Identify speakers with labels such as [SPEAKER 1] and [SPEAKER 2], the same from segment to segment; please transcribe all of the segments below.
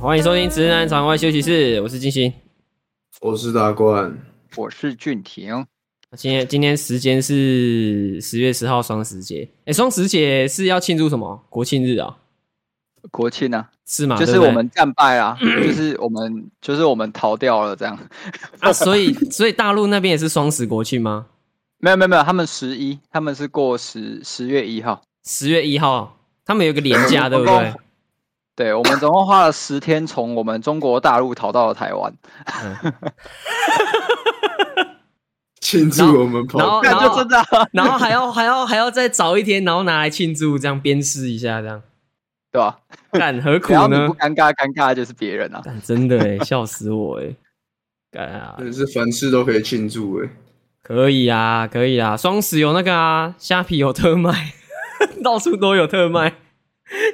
[SPEAKER 1] 欢迎收听《直男场外休息室》，我是金星。
[SPEAKER 2] 我是大冠，
[SPEAKER 3] 我是俊廷，
[SPEAKER 1] 今天今天时间是十月十号双十节，哎，双十节是要庆祝什么？国庆日啊、
[SPEAKER 3] 国庆呢、
[SPEAKER 1] 是吗？
[SPEAKER 3] 就是
[SPEAKER 1] 啊对不对
[SPEAKER 3] 我们战 败啊，就是我们就是我们逃掉了这样，
[SPEAKER 1] 啊，所以所以大陆那边也是双十国庆吗？
[SPEAKER 3] 没有没有没有，他们十一，他们是过十十月一号，
[SPEAKER 1] 十月一号，他们有个连假，对不
[SPEAKER 3] 我
[SPEAKER 1] 对
[SPEAKER 3] 们？对我们总共花了十天从我们中国大陆逃到了台湾，
[SPEAKER 2] 庆
[SPEAKER 1] 然后
[SPEAKER 2] 祝我们
[SPEAKER 1] 然后
[SPEAKER 2] 跑。
[SPEAKER 3] 那
[SPEAKER 1] 然后
[SPEAKER 3] 就真的啊、
[SPEAKER 1] 然后还要还要还要再找一天，然后拿来庆祝，这样鞭尸一下，这样
[SPEAKER 3] 对吧、
[SPEAKER 1] 干何苦
[SPEAKER 3] 只要你
[SPEAKER 1] 呢
[SPEAKER 3] 不？尴尬，尴尬的就是别人啊。
[SPEAKER 1] 干真的哎，笑死我哎！干啊，
[SPEAKER 2] 真的是凡事都可以庆祝哎、
[SPEAKER 1] 可以啊，可以啊，双十有那个啊，虾皮有特卖， 到处都有特卖，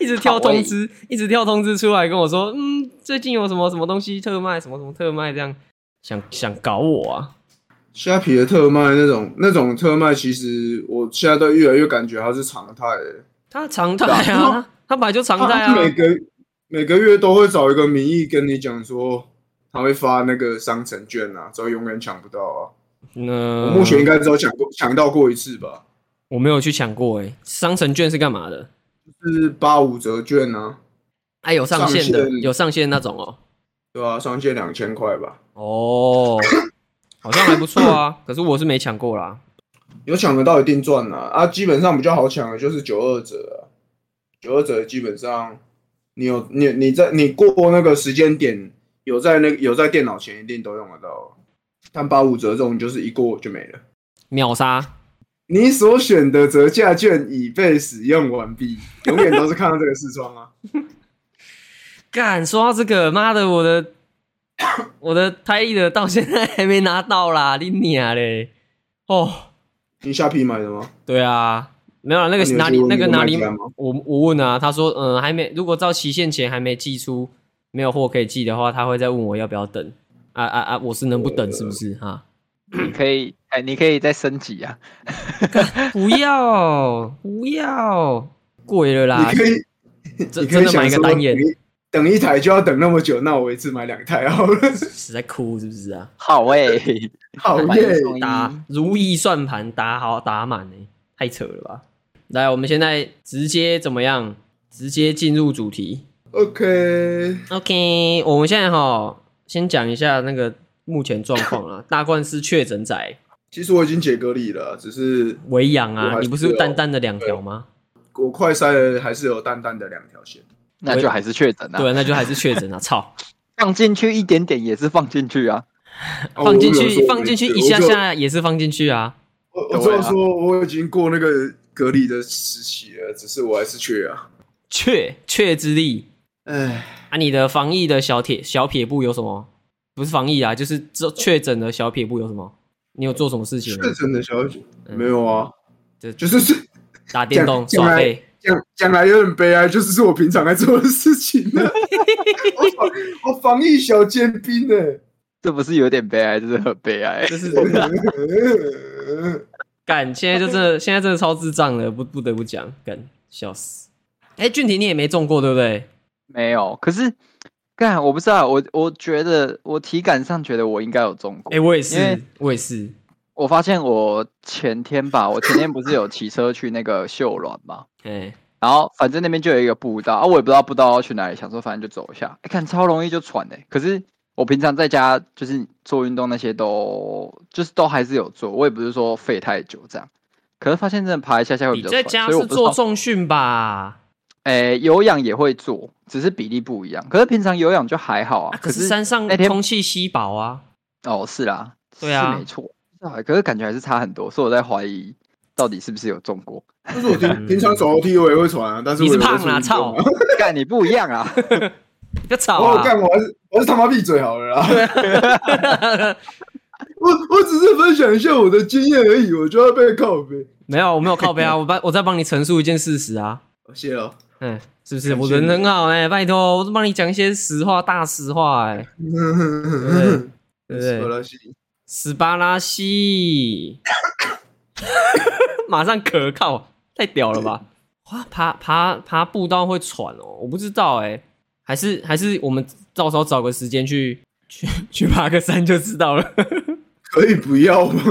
[SPEAKER 1] 一直跳通知，一直跳通知出来跟我说，嗯，最近有什么什么东西特卖，什么什么特卖，这样想想搞我啊？
[SPEAKER 2] 虾皮的特卖那种那种特卖，其实我现在都越来越感觉它是常态、欸。
[SPEAKER 1] 他常态啊，他他本来就常态啊
[SPEAKER 2] 它，每个每个月都会找一个名义跟你讲说，他会发那个商城券啊，只要永远抢不到啊。
[SPEAKER 1] 那
[SPEAKER 2] 我目前应该只有抢过抢到过一次吧，
[SPEAKER 1] 嗯我没有去抢过哎、商城券是干嘛的？
[SPEAKER 2] 就是八五折券啊，
[SPEAKER 1] 哎，有上限的
[SPEAKER 2] 上，限
[SPEAKER 1] 有上限那种哦。
[SPEAKER 2] 对啊？上限两千块吧，
[SPEAKER 1] 哦，好像还不错啊，可是我是没抢过啦。
[SPEAKER 2] 有抢得到一定赚啊。啊，基本上比较好抢的就是九二折啊，九二折基本上你有你你在你过那个时间点有在那个有在电脑前一定都用得到啊，但八五折这种就是一过就没了。
[SPEAKER 1] 秒杀，
[SPEAKER 2] 你所选的折价券已被使用完毕，永远都是看到这个视窗啊。
[SPEAKER 1] 干，说到这个，妈的，我的我的胎译的到现在还没拿到啦，你娘嘞！哦，
[SPEAKER 2] 你下批买的吗？
[SPEAKER 1] 对啊，没有啦，那个
[SPEAKER 2] 那你
[SPEAKER 1] 哪里
[SPEAKER 2] 有去问
[SPEAKER 1] 那个
[SPEAKER 2] 过
[SPEAKER 1] 哪
[SPEAKER 2] 卖
[SPEAKER 1] 里
[SPEAKER 2] 家吗，
[SPEAKER 1] 我我问啊，他说，嗯，还没，如果照期限前还没寄出，没有货可以寄的话，他会再问我要不要等。啊啊啊！我是能不等是不是哈？
[SPEAKER 3] 你可以，哎，你可以再升级啊。
[SPEAKER 1] 不要不要，贵了啦
[SPEAKER 2] 你！可以，
[SPEAKER 1] 真
[SPEAKER 2] 你可
[SPEAKER 1] 啊真的
[SPEAKER 2] 以
[SPEAKER 1] 买
[SPEAKER 2] 想
[SPEAKER 1] 一个
[SPEAKER 2] 说
[SPEAKER 1] 单眼，
[SPEAKER 2] 你等一台就要等那么久，那我一次买两台好 了。
[SPEAKER 1] 是在哭是不是啊？
[SPEAKER 3] 好诶、
[SPEAKER 2] 好
[SPEAKER 3] 买一
[SPEAKER 2] 耶！
[SPEAKER 3] 送一
[SPEAKER 1] 打如意算盘打好打满呢、太扯了吧！来，我们现在直接怎么样？直接进入主题。
[SPEAKER 2] OK，
[SPEAKER 1] OK，我们现在哈，先讲一下那个目前状况啦。大冠是确诊仔，
[SPEAKER 2] 其实我已经解隔离了，只是
[SPEAKER 1] 维养
[SPEAKER 2] 我
[SPEAKER 1] 啊，
[SPEAKER 2] 还
[SPEAKER 1] 你不
[SPEAKER 2] 是
[SPEAKER 1] 是
[SPEAKER 2] 有
[SPEAKER 1] 淡淡的两条吗？
[SPEAKER 2] 我快塞了还是有淡淡的两条线。
[SPEAKER 3] 那就还是确诊啊。
[SPEAKER 1] 对，那就还是确 诊啊！操，
[SPEAKER 3] 放进去一点点也是放进去啊。
[SPEAKER 2] 啊
[SPEAKER 1] 放进
[SPEAKER 2] 我有
[SPEAKER 1] 去，
[SPEAKER 2] 说
[SPEAKER 1] 放进去
[SPEAKER 2] 我
[SPEAKER 1] 一下下也是放进去啊。
[SPEAKER 2] 我
[SPEAKER 3] 对
[SPEAKER 2] 我
[SPEAKER 3] 啊
[SPEAKER 2] 只有说我已经过那个隔离的时期了，只是我还是缺啊。
[SPEAKER 1] 确确之力
[SPEAKER 2] 哎，
[SPEAKER 1] 啊！你的防疫的小铁小撇步有什么？不是防疫啊，就是这确诊的小撇步有什么？你有做什么事情吗？
[SPEAKER 2] 确诊的消息
[SPEAKER 1] 嗯
[SPEAKER 2] 没有啊
[SPEAKER 1] 这，
[SPEAKER 2] 就是是
[SPEAKER 1] 打电动
[SPEAKER 2] 讲
[SPEAKER 1] 耍
[SPEAKER 2] 讲来
[SPEAKER 1] 废，
[SPEAKER 2] 讲讲来有点悲哀，就是是我平常在做的事情 呢。我防我防疫小尖兵欸呢、
[SPEAKER 3] 这不是有点悲哀，这是很悲哀。
[SPEAKER 1] 就是
[SPEAKER 2] 嗯
[SPEAKER 1] 干，现在就真的，现在真的超智障了，不不得不讲，干，笑死。哎、俊廷你也没中过对不对？
[SPEAKER 3] 没有，可是干我不知道，我我觉得我体感上觉得我应该有中过。
[SPEAKER 1] 哎、我也
[SPEAKER 3] 因
[SPEAKER 1] 是
[SPEAKER 3] 为，
[SPEAKER 1] 我也是，
[SPEAKER 3] 我发现我前天吧，我前天不是有骑车去那个秀峦嘛，
[SPEAKER 1] 哎、
[SPEAKER 3] 然后反正那边就有一个步道啊，我也不知道步道要去哪里，想说反正就走一下，哎、看超容易就喘哎、可是我平常在家就是做运动那些都就是都还是有做，我也不是说废太久这样。可是发现真的爬一下下会
[SPEAKER 1] 你
[SPEAKER 3] 比较
[SPEAKER 1] 在
[SPEAKER 3] 喘，
[SPEAKER 1] 家
[SPEAKER 3] 所以我
[SPEAKER 1] 是
[SPEAKER 3] 不知道
[SPEAKER 1] 做重训吧？
[SPEAKER 3] 诶、有氧也会做，只是比例不一样。可是平常有氧就还好啊。
[SPEAKER 1] 啊，可是山上
[SPEAKER 3] 那天
[SPEAKER 1] 空气稀薄啊，
[SPEAKER 3] 哦，是啦，
[SPEAKER 1] 对啊
[SPEAKER 3] 是没错，是啊可是感觉还是差很多，所以我在怀疑到底是不是有中过。
[SPEAKER 2] 但是我平平常走楼梯我也会喘啊，但是
[SPEAKER 1] 嗯
[SPEAKER 2] 我
[SPEAKER 1] 你是
[SPEAKER 2] 也会
[SPEAKER 1] 胖啦
[SPEAKER 2] 出运动啊！
[SPEAKER 3] 干你不一样啊！
[SPEAKER 1] 不要吵
[SPEAKER 2] 我
[SPEAKER 1] 啊！
[SPEAKER 2] 干，我还是我还是他妈闭嘴好了啦。我我只是分享一下我的经验而已，我就要被靠背。
[SPEAKER 1] 没有，我没有靠背啊，我帮我在帮你陈述一件事实啊，
[SPEAKER 2] 哦谢 了，
[SPEAKER 1] 嗯、是不是？
[SPEAKER 2] 感谢
[SPEAKER 1] 我人
[SPEAKER 2] 你
[SPEAKER 1] 很好哎、拜托，我都帮你讲一些实话，大实话哎、 对对不对
[SPEAKER 2] 死了心
[SPEAKER 1] 斯巴拉西， 马上可靠，太屌了吧！哇，爬爬爬步道会喘哦，我不知道哎、还是还是我们到时候找个时间去去去爬个山就知道了。
[SPEAKER 2] 可以不要 吗？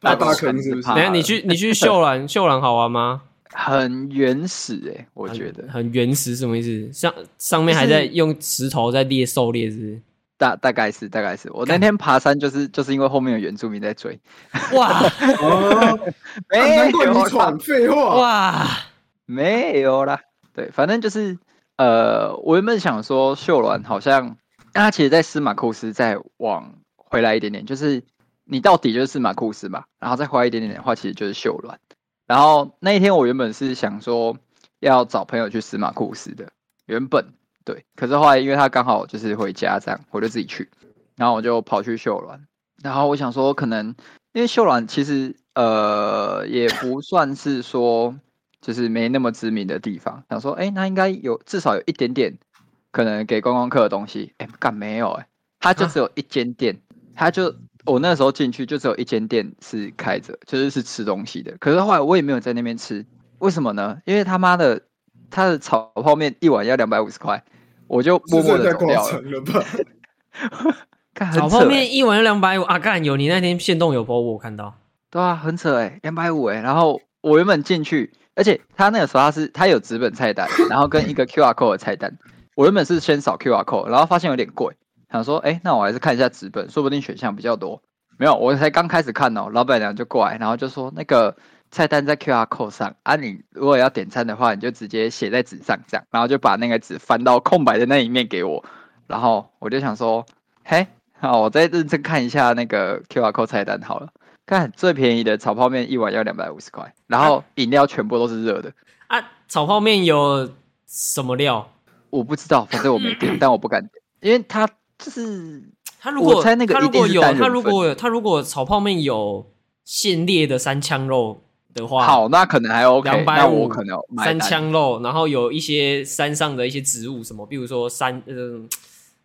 [SPEAKER 2] 怕大
[SPEAKER 3] 全
[SPEAKER 2] 坑是不是
[SPEAKER 3] 怕
[SPEAKER 1] 等一下你去你去秀兰，秀兰好玩吗？
[SPEAKER 3] 很原始哎、我觉得
[SPEAKER 1] 很很原始，什么意思？上上面还在用石头在猎狩猎，是不 是？
[SPEAKER 3] 大大概是大概是我那天爬山就是就是因为后面有原住民 在追，
[SPEAKER 1] 哇
[SPEAKER 2] 哦，
[SPEAKER 1] 啊
[SPEAKER 3] 没
[SPEAKER 2] 难怪
[SPEAKER 3] 有
[SPEAKER 2] 你
[SPEAKER 3] 啦
[SPEAKER 2] 喘，废话。
[SPEAKER 1] 哎哇，
[SPEAKER 3] 没有啦，对，反正就是呃，我原本想说秀兰好像，但它其实在司马库斯再往回来一点点，就是你到底就是司马库斯嘛，然后再回来一点点的话，其实就是秀兰。然后那一天我原本是想说要找朋友去司马库斯的，原本对，可是后来因为他刚好就是回家这样，我就自己去，然后我就跑去秀兰，然后我想说可能因为秀兰其实呃也不算是说就是没那么知名的地方，想说哎、诶那应该有至少有一点点可能给观光客的东西，哎、干没有哎、它就
[SPEAKER 1] 啊
[SPEAKER 3] 只有一间店，它就。我那时候进去就只有一间店是开着，就是是吃东西的。可是后来我也没有在那边吃，为什么呢？因为他妈的，他的炒泡面一碗要两百五十块，我就默
[SPEAKER 2] 这
[SPEAKER 3] 默
[SPEAKER 2] 真的
[SPEAKER 3] 的
[SPEAKER 2] 太
[SPEAKER 3] 走
[SPEAKER 2] 夸
[SPEAKER 3] 掉了。
[SPEAKER 2] 张了吧？
[SPEAKER 3] 干很
[SPEAKER 1] 炒
[SPEAKER 3] 扯
[SPEAKER 1] 泡
[SPEAKER 3] 欸
[SPEAKER 1] 面一碗要两百五啊！干有你那天现动有播，我看到
[SPEAKER 3] 对啊，很扯哎、欸，两百五哎。然后我原本进去，而且他那个时候他是他有纸本菜单，然后跟一个 QR code 的菜单。我原本是先扫 QR code，然后发现有点贵，想说哎、欸那我还是看一下纸本，说不定选项比较多。没有，我才刚开始看哦，老板娘就过来，然后就说那个菜单在 QR code 上啊，你如果要点餐的话，你就直接写在纸上这样，然后就把那个纸翻到空白的那一面给我，然后我就想说，嘿，好，我再认真看一下那个 QR code 菜单好了。看最便宜的炒泡面一碗要两百五十块，然后饮料全部都是热的。
[SPEAKER 1] 啊，炒泡面有什么料？
[SPEAKER 3] 我不知道，反正我没点，但我不敢点，因为它就是
[SPEAKER 1] 他如果
[SPEAKER 3] 我猜那个
[SPEAKER 1] 他
[SPEAKER 3] 一
[SPEAKER 1] 如
[SPEAKER 3] 定
[SPEAKER 1] 果
[SPEAKER 3] 是
[SPEAKER 1] 有
[SPEAKER 3] 单人
[SPEAKER 1] 他如果
[SPEAKER 3] 份
[SPEAKER 1] 有他如果炒泡面有现列的三枪肉的话，
[SPEAKER 3] 好，那可能还 OK，
[SPEAKER 1] 两百
[SPEAKER 3] 那我
[SPEAKER 1] 五
[SPEAKER 3] 可能有买
[SPEAKER 1] 三
[SPEAKER 3] 单。
[SPEAKER 1] 枪肉，然后有一些山上的一些植物，什么，比如说山，呃，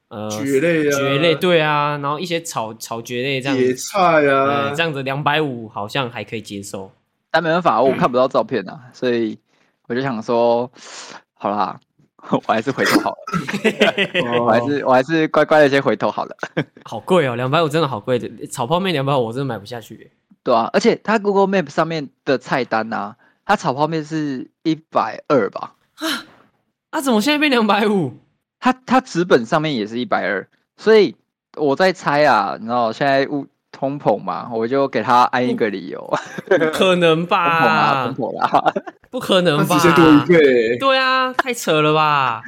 [SPEAKER 1] 呃，
[SPEAKER 2] 蕨类啊，
[SPEAKER 1] 蕨类，对啊，然后一些草草蕨类这样
[SPEAKER 2] 野
[SPEAKER 1] 子，
[SPEAKER 2] 菜啊
[SPEAKER 1] 呃，，这样子两百五好像还可以接受。
[SPEAKER 3] 但没办法，
[SPEAKER 1] 嗯
[SPEAKER 3] 我看不到照片啊，所以我就想说，好啦， 我还是回头好了，
[SPEAKER 2] 哦
[SPEAKER 3] 我还
[SPEAKER 1] 哦
[SPEAKER 3] 是我还是乖乖的先回头好了，
[SPEAKER 1] 好贵哦，两百五真的好贵的，炒泡面两百五我真的买不下去耶。
[SPEAKER 3] 对啊，而且它 Google Map 上面的菜单啊，它炒泡面是一百二吧，
[SPEAKER 1] 啊，怎么现在变两百五？
[SPEAKER 3] 它它纸本上面也是一百二，所以我在猜啊，你知道现在物通膨嘛，我就给他安一个理由，
[SPEAKER 1] 不可能
[SPEAKER 3] 通膨啊，
[SPEAKER 1] 吧
[SPEAKER 3] 通？膨啦，
[SPEAKER 1] 不可
[SPEAKER 2] 那
[SPEAKER 1] 能吧
[SPEAKER 2] 直？接多一倍欸，
[SPEAKER 1] 对啊，太扯了吧？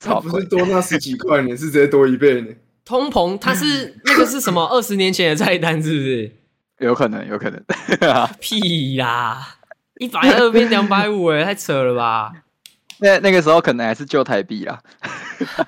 [SPEAKER 2] 它
[SPEAKER 3] 超
[SPEAKER 2] 不
[SPEAKER 3] 贵
[SPEAKER 2] 是，多那十几块呢，是直接多一倍呢。
[SPEAKER 1] 通膨，它是那个是什么？二十年前的菜单是不是？
[SPEAKER 3] 有可能，有可能，
[SPEAKER 1] 屁啦，一百二变两百五，哎，太扯了吧？
[SPEAKER 3] 那那个时候可能还是旧台币啊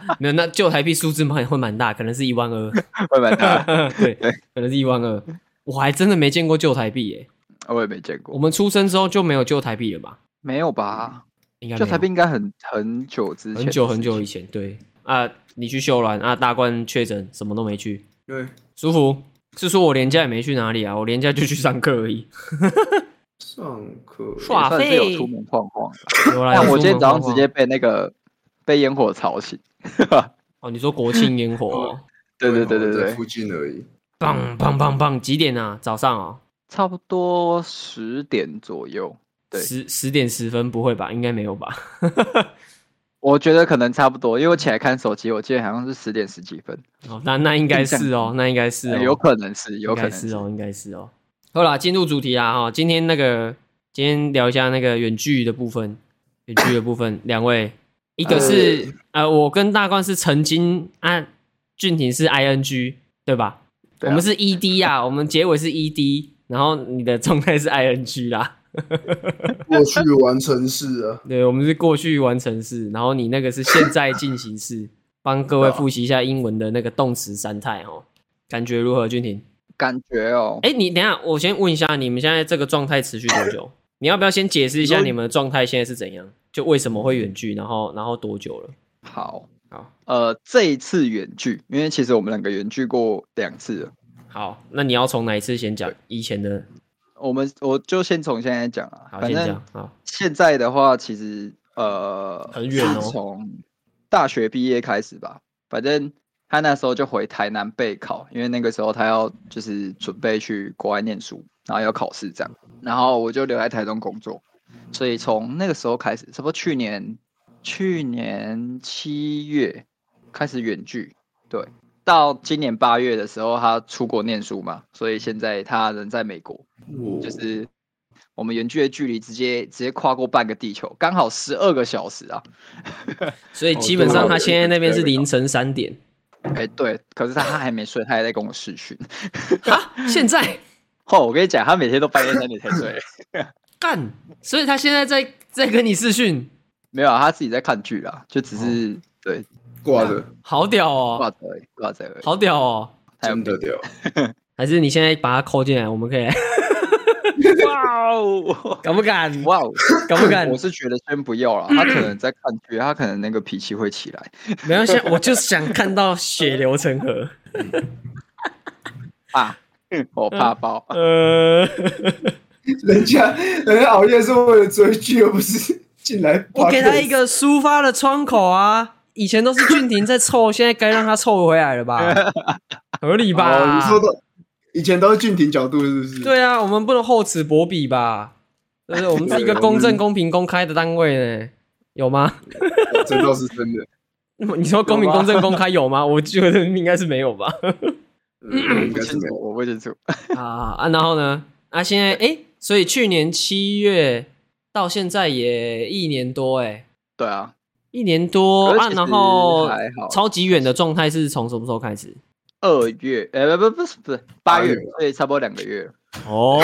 [SPEAKER 3] 啦，
[SPEAKER 1] 没有，那旧台币数字蛮会蛮大，可能是一万二，
[SPEAKER 3] 会买它，
[SPEAKER 1] 对，可能是一万二。我还真的没见过旧台币耶、欸
[SPEAKER 3] 我也没见
[SPEAKER 1] 我
[SPEAKER 3] 过，
[SPEAKER 1] 们出生之后就没有旧台币了吧？
[SPEAKER 3] 没有吧？
[SPEAKER 1] 应该没
[SPEAKER 3] 旧
[SPEAKER 1] 有
[SPEAKER 3] 台币应该很很久之前，
[SPEAKER 1] 很久很久以，前，对啊，你去秀兰啊，大冠确诊，什么都没去，
[SPEAKER 2] 对，
[SPEAKER 1] 舒服。是说我连假也没去哪里啊，我连假就去上课而已。
[SPEAKER 2] 上课
[SPEAKER 1] 耍
[SPEAKER 3] 也算是有
[SPEAKER 1] 废
[SPEAKER 3] 出门晃晃啦。
[SPEAKER 1] 有啦
[SPEAKER 3] 但
[SPEAKER 1] 有
[SPEAKER 3] 我
[SPEAKER 1] 哎出
[SPEAKER 3] 今天
[SPEAKER 1] 门
[SPEAKER 3] 早
[SPEAKER 1] 晃
[SPEAKER 3] 上直
[SPEAKER 1] 晃
[SPEAKER 3] 接被那个被烟火吵醒，
[SPEAKER 1] 哦，你说国庆烟火、哦，
[SPEAKER 3] 对对对对
[SPEAKER 2] 在
[SPEAKER 3] 对，
[SPEAKER 2] 附近而已。
[SPEAKER 1] 棒棒棒棒，几点啊？早上哦，
[SPEAKER 3] 差不多十点左右。对
[SPEAKER 1] 十十点十分，不会吧？应该没有吧？
[SPEAKER 3] 我觉得可能差不多，因为我起来看手机，我记得好像是十点十几分，
[SPEAKER 1] 哦，那那应该
[SPEAKER 3] 印象
[SPEAKER 1] 是哦，那应该是哦，
[SPEAKER 3] 呃 有可能是，有
[SPEAKER 1] 应
[SPEAKER 3] 可
[SPEAKER 1] 该
[SPEAKER 3] 能
[SPEAKER 1] 是哦，应该是哦。好啦，进入主题啦哈，今天那个今天聊一下那个远距的部分，远距的部分，两位，一个是呃我跟大冠是曾经啊，俊廷是 ing 对吧？
[SPEAKER 3] 对啊
[SPEAKER 1] 我们是 ed 啊，我们结尾是 ed，然后你的状态是 ing 啦，
[SPEAKER 2] 过去完成式啊，
[SPEAKER 1] 对，我们是过去完成式，然后你那个是现在进行式，帮各位
[SPEAKER 3] 啊
[SPEAKER 1] 复习一下英文的那个动词三态哦，感觉如何，俊廷？
[SPEAKER 3] 感觉哦。
[SPEAKER 1] 哎、你等一下，我先问一下，你们现在这个状态持续多久？你要不要先解释一下
[SPEAKER 2] 你说
[SPEAKER 1] 你们的状态现在是怎样？就为什么会远距，然后然后多久了？
[SPEAKER 3] 好，
[SPEAKER 1] 哎好，
[SPEAKER 3] 呃，这一次远距，因为其实我们两个远距过两次了，
[SPEAKER 1] 好，那你要从哪一次先讲？以前的，
[SPEAKER 3] 我们我就先从现在讲啊，
[SPEAKER 1] 好，
[SPEAKER 3] 反
[SPEAKER 1] 先
[SPEAKER 3] 正
[SPEAKER 1] 讲。好，
[SPEAKER 3] 现在的话，其实呃，
[SPEAKER 1] 很远哦
[SPEAKER 3] 是从大学毕业开始吧，反正他那时候就回台南备考，因为那个时候他要就是准备去国外念书，然后要考试这样。然后我就留在台中工作，所以从那个时候开始，差不多去年去年七月开始远距，对，到今年八月的时候他出国念书嘛，所以现在他人在美国。就是我们远距的距离直接直接跨过半个地球，刚好十二个小时啊！哦
[SPEAKER 1] 所以基本上他现在那边是凌晨三点
[SPEAKER 3] 哎、对，可是他他还没睡，他还在跟我视讯。
[SPEAKER 1] 啊，现在
[SPEAKER 3] 哦，我跟你讲，他每天都半夜三点才睡，
[SPEAKER 1] 干，所以他现在在在跟你视讯，
[SPEAKER 3] 没有、啊，他自己在看剧啦，就只
[SPEAKER 1] 哦
[SPEAKER 3] 是、对
[SPEAKER 2] 挂的，
[SPEAKER 1] 好屌
[SPEAKER 3] 挂
[SPEAKER 1] 哦，
[SPEAKER 3] 着而已挂着而已。
[SPEAKER 1] 好屌哦，
[SPEAKER 3] 还有
[SPEAKER 2] 真的屌，
[SPEAKER 1] 还是你现在把他扣进来，我们可以来
[SPEAKER 3] 哇哦！
[SPEAKER 1] 敢不敢？
[SPEAKER 3] 哇哦，
[SPEAKER 1] 敢不敢
[SPEAKER 3] 我？是觉得先不要了，他可能在看剧，他可能那个脾气会起来
[SPEAKER 1] 没关系，我就想看到血流成 河。
[SPEAKER 3] 啊，我
[SPEAKER 1] 嗯
[SPEAKER 3] 怕爆。
[SPEAKER 1] 呃，
[SPEAKER 2] 人家 人家熬夜是为了追剧，又不是进来。
[SPEAKER 1] 我给他一，个抒发的窗口啊！以前都是俊廷在凑， 现在该让他凑回来了吧？ 合理
[SPEAKER 2] 哦，
[SPEAKER 1] 吧？
[SPEAKER 2] 你说的，以前都是俊廷角度是不是？，
[SPEAKER 1] 对啊，我们不能厚此薄彼吧？对不对？我们是一个公正、公平、公开的单位呢，有吗？
[SPEAKER 2] 这倒是真的。
[SPEAKER 1] 你说公平、公正、公开有 吗？我觉得应该是没有吧。
[SPEAKER 2] 嗯，应
[SPEAKER 3] 不
[SPEAKER 2] 该是
[SPEAKER 3] 清
[SPEAKER 2] 没有。
[SPEAKER 3] 楚，我不清楚。
[SPEAKER 1] 啊啊，然后呢？啊，现在诶，所以去年七月到现在也一年多诶，
[SPEAKER 3] 对啊，
[SPEAKER 1] 一年多
[SPEAKER 3] 可是
[SPEAKER 1] 啊，
[SPEAKER 3] 其
[SPEAKER 1] 然
[SPEAKER 3] 实
[SPEAKER 1] 后
[SPEAKER 3] 还好
[SPEAKER 1] 超级远的状态是从什么时候开始？
[SPEAKER 3] 二月，呃、不不不是不是八
[SPEAKER 2] 八
[SPEAKER 3] 月
[SPEAKER 2] 月，
[SPEAKER 3] 所以差不多两个月。
[SPEAKER 1] 哦，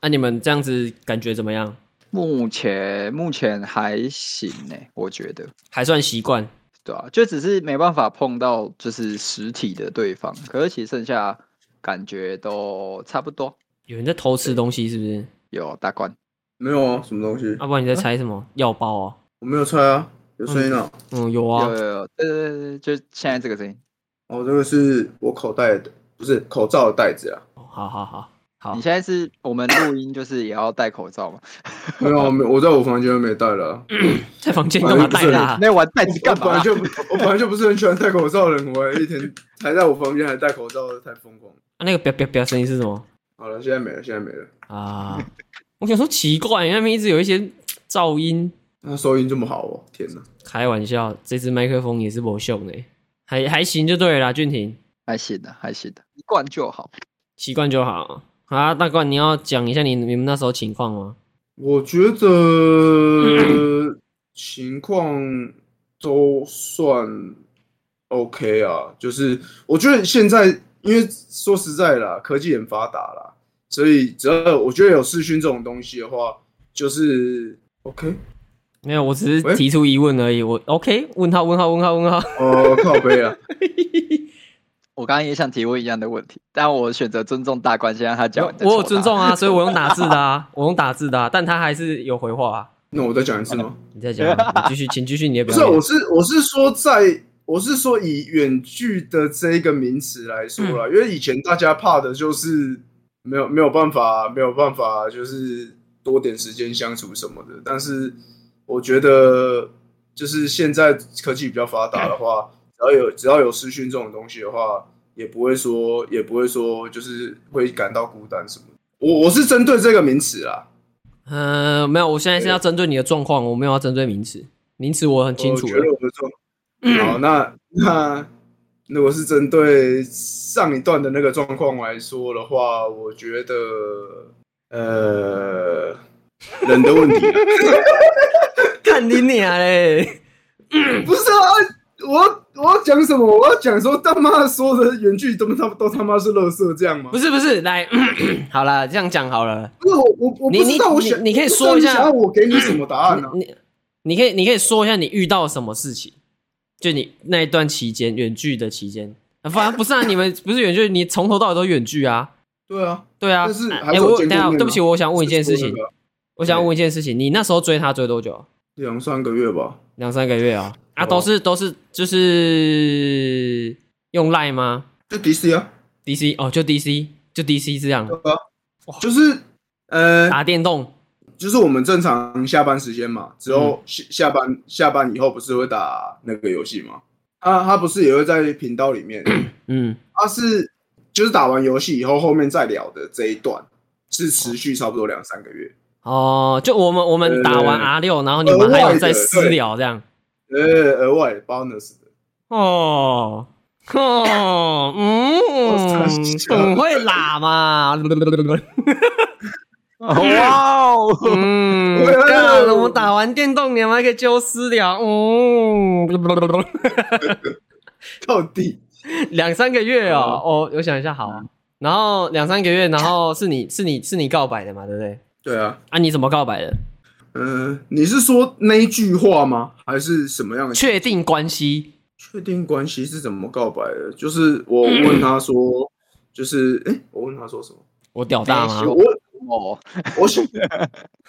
[SPEAKER 1] 那、你们这样子感觉怎么样？
[SPEAKER 3] 目前目前还行呢、我觉得，
[SPEAKER 1] 还算习惯
[SPEAKER 3] 对啊，就只是没办法碰到就是实体的对方，可是其实剩下感觉都差不多。
[SPEAKER 1] 有人在偷吃东西是不是？
[SPEAKER 3] 有大关，
[SPEAKER 2] 没有啊，什么东西？
[SPEAKER 1] 要、不然你在猜什么？药包哦？
[SPEAKER 2] 我没有猜啊，有声音啊。
[SPEAKER 1] 嗯，有
[SPEAKER 3] 有
[SPEAKER 1] 啊
[SPEAKER 3] 有，有，对对对对，就现在这个声音。
[SPEAKER 2] 哦，这个是我口袋的，不是口罩的袋子啊。
[SPEAKER 1] 好好好好
[SPEAKER 3] 你现在是我们录音，就是也要戴口罩嘛？
[SPEAKER 2] 没有啊，没，我在我房间没戴了啊。
[SPEAKER 1] 嗯在房 间干嘛啊带 啦、
[SPEAKER 3] 那玩袋子
[SPEAKER 2] 我
[SPEAKER 3] 干
[SPEAKER 2] 本
[SPEAKER 3] 嘛
[SPEAKER 2] 来
[SPEAKER 3] 啊？
[SPEAKER 2] 就不 我本来就不是很喜欢戴口罩的人，我还一天还在我房间还戴口罩，太疯狂了。
[SPEAKER 1] 啊，那个“表表表”声音是什么
[SPEAKER 2] 好了，现在没了，现在没了。
[SPEAKER 1] 啊？我想说奇怪，那边一直有一些噪音。
[SPEAKER 2] 那收音这么好哦，天哪！
[SPEAKER 1] 开玩笑，这支麦克风也是不秀呢，还还行就对了啦，俊廷，
[SPEAKER 3] 还行的，还行的，一罐就好。
[SPEAKER 1] 习惯就好。啊，大冠，你要讲一下你你们那时候情况吗？
[SPEAKER 2] 我觉得 情况都算 OK 啊，就是我觉得现在，因为说实在啦，科技很发达啦，所以只要我觉得有视讯这种东西的话，就是 OK。
[SPEAKER 1] 没有，我只是
[SPEAKER 2] 喂
[SPEAKER 1] 提出疑问而已。我 OK？问号？问号？问号？问号？
[SPEAKER 2] 哦，靠背啊，
[SPEAKER 3] 我刚刚也想提问一样的问题，但我选择尊重大关，先让他讲
[SPEAKER 1] 我
[SPEAKER 3] 完再
[SPEAKER 1] 我有
[SPEAKER 3] 抽
[SPEAKER 1] 尊
[SPEAKER 3] 他
[SPEAKER 1] 重 啊，所以我用打字的啊，我用打字的、啊，但他还是有回话、啊。
[SPEAKER 2] 那我再讲一次吗？
[SPEAKER 1] 你再 讲啊，你继续，请继续你的
[SPEAKER 2] 不
[SPEAKER 1] 表
[SPEAKER 2] 是，
[SPEAKER 1] 演。
[SPEAKER 2] 我是我是说在，我是说以远距的这一个名词来说啦，因为以前大家怕的就是没有没有办法没有办法，就是多点时间相处什么的。但是我觉得，就是现在科技比较发达的话，只要有只要有视讯这种东西的话，也不会说也不会说就是会感到孤单什么的。我我是针对这个名词啦，
[SPEAKER 1] 嗯、没有，我现在是要针对你的状况，我没有要针对名词，名词我很清楚
[SPEAKER 2] 我觉得
[SPEAKER 1] 了。嗯
[SPEAKER 2] 我的状，好，那那如果是针对上一段的那个状况来说的话，我觉得呃，人的问题啊、
[SPEAKER 1] 看你俩嘞，
[SPEAKER 2] 不是啊，我我要讲什么？我要讲说他妈的所有的原剧都他都他妈是垃圾这样吗
[SPEAKER 1] 不？是不是，来， 好啦，这样讲好了。
[SPEAKER 2] 不是我我我
[SPEAKER 1] 你
[SPEAKER 2] 不知道
[SPEAKER 1] 你
[SPEAKER 2] 我想
[SPEAKER 1] 你你可以
[SPEAKER 2] 我不知
[SPEAKER 1] 说一
[SPEAKER 2] 道你
[SPEAKER 1] 下
[SPEAKER 2] 想要我给你什么答案呢、啊？
[SPEAKER 1] 你你可以你可以说一下你遇到什么事情？就你那一段期间远距的期间，啊反正不是啊，你们 不是远距，你从头到尾都远距啊。
[SPEAKER 2] 对啊，
[SPEAKER 1] 对啊，
[SPEAKER 2] 但是
[SPEAKER 1] 哎、
[SPEAKER 2] 还是有
[SPEAKER 1] 我
[SPEAKER 2] 见
[SPEAKER 1] 等
[SPEAKER 2] 过
[SPEAKER 1] 一下，
[SPEAKER 2] 面啊
[SPEAKER 1] 对不起，我想问一件事
[SPEAKER 2] 是
[SPEAKER 1] 情
[SPEAKER 2] 说那，个
[SPEAKER 1] 我想问一件事情，你那时候追他追多久？
[SPEAKER 2] 两三个月吧，
[SPEAKER 1] 两三个月啊？啊，
[SPEAKER 2] 哦
[SPEAKER 1] 都是都是就是用赖吗
[SPEAKER 2] 就 DC 啊，
[SPEAKER 1] ？DC 哦，就 DC 就 DC 这样
[SPEAKER 2] 对啊，就是呃，
[SPEAKER 1] 打电动
[SPEAKER 2] 就是我们正常下班时间嘛，之后下下班下班以后不是会打那个游戏吗？他他不是也会在频道里 面，
[SPEAKER 1] 嗯，
[SPEAKER 2] 他是就是打完游戏以后后面再聊的这一段是持续差不多两三个月。
[SPEAKER 1] 哦，就我们我们
[SPEAKER 2] 对
[SPEAKER 1] 打完 R 六，然后你们还有在私聊这样。
[SPEAKER 2] 呃，额外 bonus 的，
[SPEAKER 1] 哦，哦，嗯，很会喇嘛。
[SPEAKER 3] 哇哦，
[SPEAKER 1] 嗯，干我们打完电动，你们还可以揪私聊。哦，
[SPEAKER 2] 到底
[SPEAKER 1] 两三个月
[SPEAKER 2] 嗯
[SPEAKER 1] 哦，哦，我想一下，好啊。然后两三个月，然后是你是你是你告白的嘛，对不对？
[SPEAKER 2] 对啊，
[SPEAKER 1] 啊，你怎么告白的？
[SPEAKER 2] 嗯、你是说那一句话吗？还是什么样的？
[SPEAKER 1] 确定关系？
[SPEAKER 2] 确定关系是怎么告白的？就是我问他说，就是哎、诶我问他说什么？
[SPEAKER 1] 我屌大
[SPEAKER 3] 没
[SPEAKER 1] 吗？
[SPEAKER 3] 羞
[SPEAKER 2] 啊我
[SPEAKER 3] 哦，
[SPEAKER 2] 我想，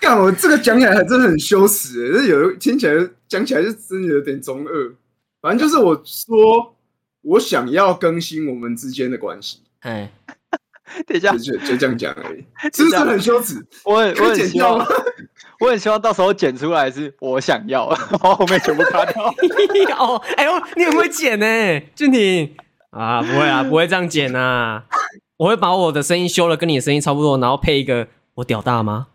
[SPEAKER 2] 干我这个讲起来还真的很羞耻、欸，这有听起来讲起来就真的有点中二。反正就是我说我想要更新我们之间的关系，
[SPEAKER 1] 哎，
[SPEAKER 3] 等一下
[SPEAKER 2] 就，就就这样讲而已，是不是很羞耻？
[SPEAKER 3] 我很
[SPEAKER 2] 可以
[SPEAKER 3] 我很
[SPEAKER 2] 剪
[SPEAKER 3] 希望
[SPEAKER 2] 掉吗，
[SPEAKER 3] 我很希望到时候剪出来是我想要，然后后面全部卡掉。
[SPEAKER 1] 哦，哎呦，你很会剪呢，俊廷啊，不会 啊，不会这样剪啊，我会把我的声音修了，跟你的声音差不多，然后配一个我屌大吗？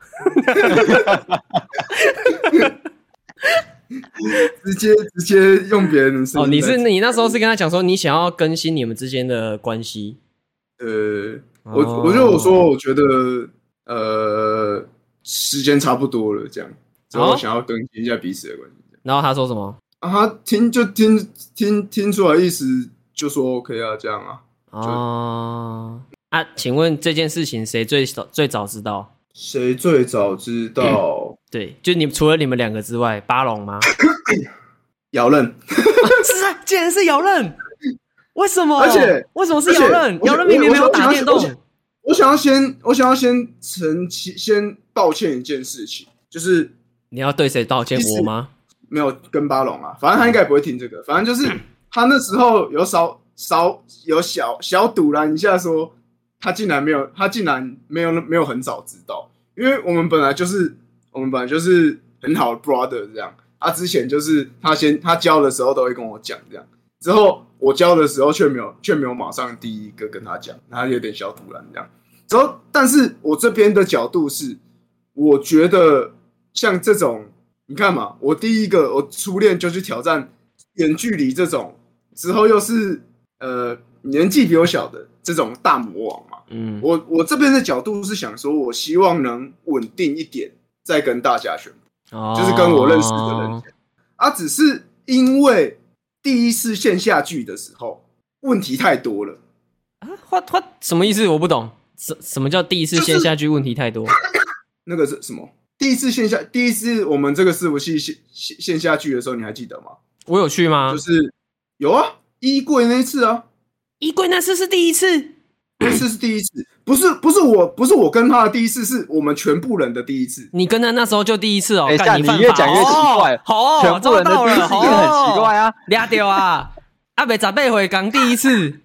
[SPEAKER 2] 直接直接用别人的声音
[SPEAKER 1] 哦，你是
[SPEAKER 2] 来
[SPEAKER 1] 你那时候是跟他讲说你想要更新你们之间的关系，
[SPEAKER 2] 呃，我
[SPEAKER 1] 哦
[SPEAKER 2] 我就我说，我觉得呃时间差不多了，这样，之后
[SPEAKER 1] 哦
[SPEAKER 2] 我想要更新一下彼此的关系。
[SPEAKER 1] 然后他说什么？
[SPEAKER 2] 啊，他听就听听听出来意思，就说 OK 啊，这样啊。
[SPEAKER 1] 哦啊，请问这件事情谁最早最早知道？
[SPEAKER 2] 谁最早知道？
[SPEAKER 1] 对，就你除了你们两个之外，巴龙 吗？
[SPEAKER 2] 姚任，
[SPEAKER 1] 是啊，竟然是姚任，为什么？
[SPEAKER 2] 而且
[SPEAKER 1] 为什么是
[SPEAKER 2] 而且
[SPEAKER 1] 姚任？
[SPEAKER 2] 我
[SPEAKER 1] 姚任明明没有打电
[SPEAKER 2] 我
[SPEAKER 1] 动
[SPEAKER 2] 想我想要先，我想要先澄清，先道歉一件事情，就是
[SPEAKER 1] 你要对谁道歉？
[SPEAKER 2] 其实
[SPEAKER 1] 我吗？
[SPEAKER 2] 没有跟巴龙啊，反正他应该也不会听这个，反正就是他那时候有少少有小小堵拦一下说，他竟然没有，他竟然没有没有很早知道，因为我们本来就是我们本来就是很好的 brother 这样，他、之前就是他先他教的时候都会跟我讲这样，之后我教的时候却没有却没有马上第一个跟他讲，他有点小堵拦这样，之后但是我这边的角度是，我觉得像这种，你看嘛，我第一个我初恋就去挑战远距离这种，之后又是呃年纪比我小的这种大魔王嘛。
[SPEAKER 1] 嗯，
[SPEAKER 2] 我我这边的角度是想说，我希望能稳定一点，再跟大家宣布，就是跟我认识的人
[SPEAKER 1] 哦
[SPEAKER 2] 讲。啊，只是因为第一次线下剧的时候问题太多了，
[SPEAKER 1] 啊，花花什么意思？我不懂，什什么叫第一次
[SPEAKER 2] 就是
[SPEAKER 1] 线下去问题太多？
[SPEAKER 2] 那个是什么？第一次线下，第一次我们这个伺服器线线线下剧的时候，你还记得吗？
[SPEAKER 1] 我有去吗
[SPEAKER 2] 就？是有啊，衣柜那一次啊，
[SPEAKER 1] 衣柜那次是第一次，
[SPEAKER 2] 那次是第一次，不是不是我不是我跟他的第一次，是我们全部人的第一次。
[SPEAKER 1] 你跟他那时候就第一次哦。
[SPEAKER 3] 等一下
[SPEAKER 1] 干
[SPEAKER 3] 你
[SPEAKER 1] 犯
[SPEAKER 3] 越
[SPEAKER 1] 法
[SPEAKER 3] 讲越奇怪
[SPEAKER 1] 哦好哦，
[SPEAKER 3] 全部人的
[SPEAKER 1] 抓到
[SPEAKER 3] 第一
[SPEAKER 1] 了，
[SPEAKER 3] 次也很奇怪
[SPEAKER 1] 啊。
[SPEAKER 3] 啊。
[SPEAKER 1] 俩掉啊，阿北咋被回港第一次，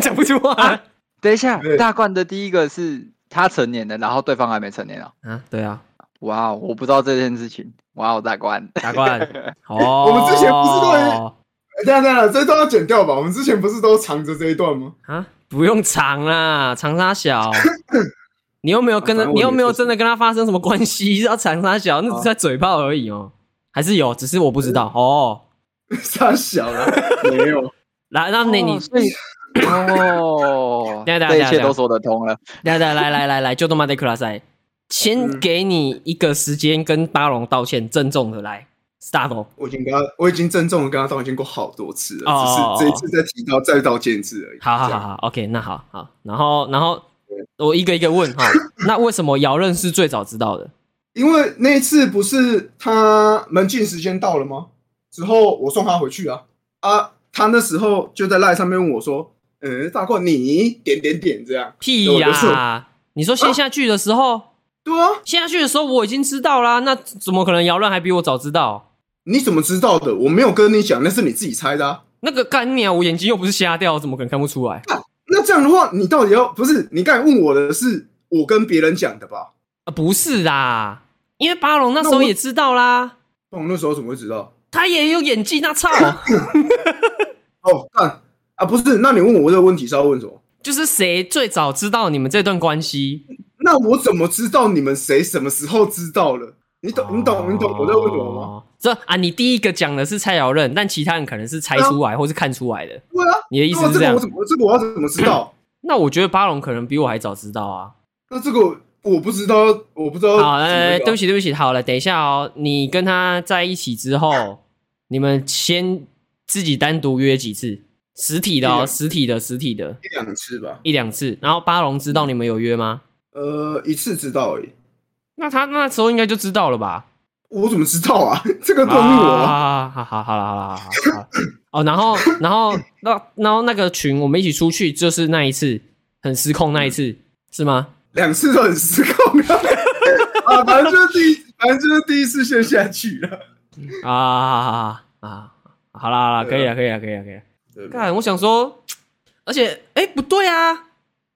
[SPEAKER 1] 讲不出话
[SPEAKER 3] 等一下
[SPEAKER 2] 对，
[SPEAKER 3] 大冠的第一个是他成年了，然后对方还没成年啊。
[SPEAKER 1] 啊？对啊，
[SPEAKER 3] 哇哦，我不知道这件事情。哇哦，大冠，
[SPEAKER 1] 打冠。哦，
[SPEAKER 2] 我们之前不是都有哎等一下等一下，这段要剪掉吧？我们之前不是都藏着这一段吗？
[SPEAKER 1] 啊？不用藏啦，藏他小。你又没有跟他，
[SPEAKER 2] 反正我
[SPEAKER 1] 你又没有
[SPEAKER 2] 也是
[SPEAKER 1] 真的跟他发生什么关系，要藏他小，那只是在嘴炮而已哦。还是有，只是我不知道哦。
[SPEAKER 2] 傻小啊了，没有。
[SPEAKER 1] 来，那那你
[SPEAKER 3] 哦，所以哦，
[SPEAKER 1] 等一下等一下等
[SPEAKER 3] 这一
[SPEAKER 1] 一
[SPEAKER 3] 切
[SPEAKER 1] 下
[SPEAKER 3] 都说得通了。
[SPEAKER 1] 来来来来来来，就动漫的 class 来，先
[SPEAKER 2] 嗯
[SPEAKER 1] 给你一个时间跟巴龙道歉，郑重的来，start。
[SPEAKER 2] 我已经跟他，我已经郑重的跟他道歉过好多次了，
[SPEAKER 1] 哦
[SPEAKER 2] 只是这一次再提到再道歉一次而已。
[SPEAKER 1] 好好
[SPEAKER 2] 这
[SPEAKER 1] 好
[SPEAKER 2] 样，
[SPEAKER 1] 好，OK，那好好，然后然后我一个一个问哈，那为什么姚任是最早知道的？
[SPEAKER 2] 因为那一次不是他门禁时间到了吗？之后我送他回去啊啊！他那时候就在赖上面问我说：“嗯，大冠你点点点这样。”
[SPEAKER 1] 屁
[SPEAKER 2] 我
[SPEAKER 1] 呀、
[SPEAKER 2] 就是
[SPEAKER 1] 你说线下剧的时候，
[SPEAKER 2] 对啊，
[SPEAKER 1] 线下剧的时候我已经知道啦，那怎么可能姚任还比我早知道？
[SPEAKER 2] 你怎么知道的？我没有跟你讲，那是你自己猜的、啊。
[SPEAKER 1] 那个干鸟，我眼睛又不是瞎掉，怎么可能看不出来？
[SPEAKER 2] 那这样的话，你到底要不是你刚才问我的是我跟别人讲的吧？
[SPEAKER 1] 啊，不是啦，因为巴龙那时
[SPEAKER 2] 那
[SPEAKER 1] 候
[SPEAKER 2] 我
[SPEAKER 1] 也知道啦，
[SPEAKER 2] 那我那时候怎么会知道？
[SPEAKER 1] 他也有演技，那操，
[SPEAKER 2] 哦，干啊，不是，那你问我这个问题是要问什么？
[SPEAKER 1] 就是谁最早知道你们这段关系？
[SPEAKER 2] 那我怎么知道你们谁什么时候知道了？你懂，你懂，你懂我在问什么吗？
[SPEAKER 1] 哦？这啊，你第一个讲的是蔡尧任，但其他人可能是猜
[SPEAKER 2] 啊
[SPEAKER 1] 出来或是看出来的。
[SPEAKER 2] 对啊，
[SPEAKER 1] 你的意思
[SPEAKER 2] 那
[SPEAKER 1] 是
[SPEAKER 2] 这
[SPEAKER 1] 这
[SPEAKER 2] 个
[SPEAKER 1] 样
[SPEAKER 2] 我？怎么这个我要怎么知 道？
[SPEAKER 1] 那我觉得巴龙可能比我还早知道啊。
[SPEAKER 2] 那这个我不知道，我不知道。
[SPEAKER 1] 好，呃，对不
[SPEAKER 2] 起，
[SPEAKER 1] 起，对不起，好了，等一下哦，你跟他在一起之后，你们先自己单独约几次？实体的
[SPEAKER 2] 一
[SPEAKER 1] 哦，
[SPEAKER 2] 两
[SPEAKER 1] 实体的，实体的，
[SPEAKER 2] 一两次吧。
[SPEAKER 1] 一两次。然后巴龙知道你们有约吗？
[SPEAKER 2] 呃，一次知道而已。
[SPEAKER 1] 那他那时候应该就知道了吧？
[SPEAKER 2] 我怎么知道啊？ 这个关我啊？
[SPEAKER 1] 啊，好好好了好了好了好了。哦，然后然后那然后那个群我们一起出去，就是那一次很失控那一次、是吗？
[SPEAKER 2] 两次都很失控啊！ 啊，反正就是第一，反正就是第一次先下去了。
[SPEAKER 1] 啊啊啊啊！好啦好啦，可以了
[SPEAKER 2] 啊
[SPEAKER 1] 可以啊了可以了可以了。
[SPEAKER 2] 对吧
[SPEAKER 1] 干，我想说，而且哎、不对啊，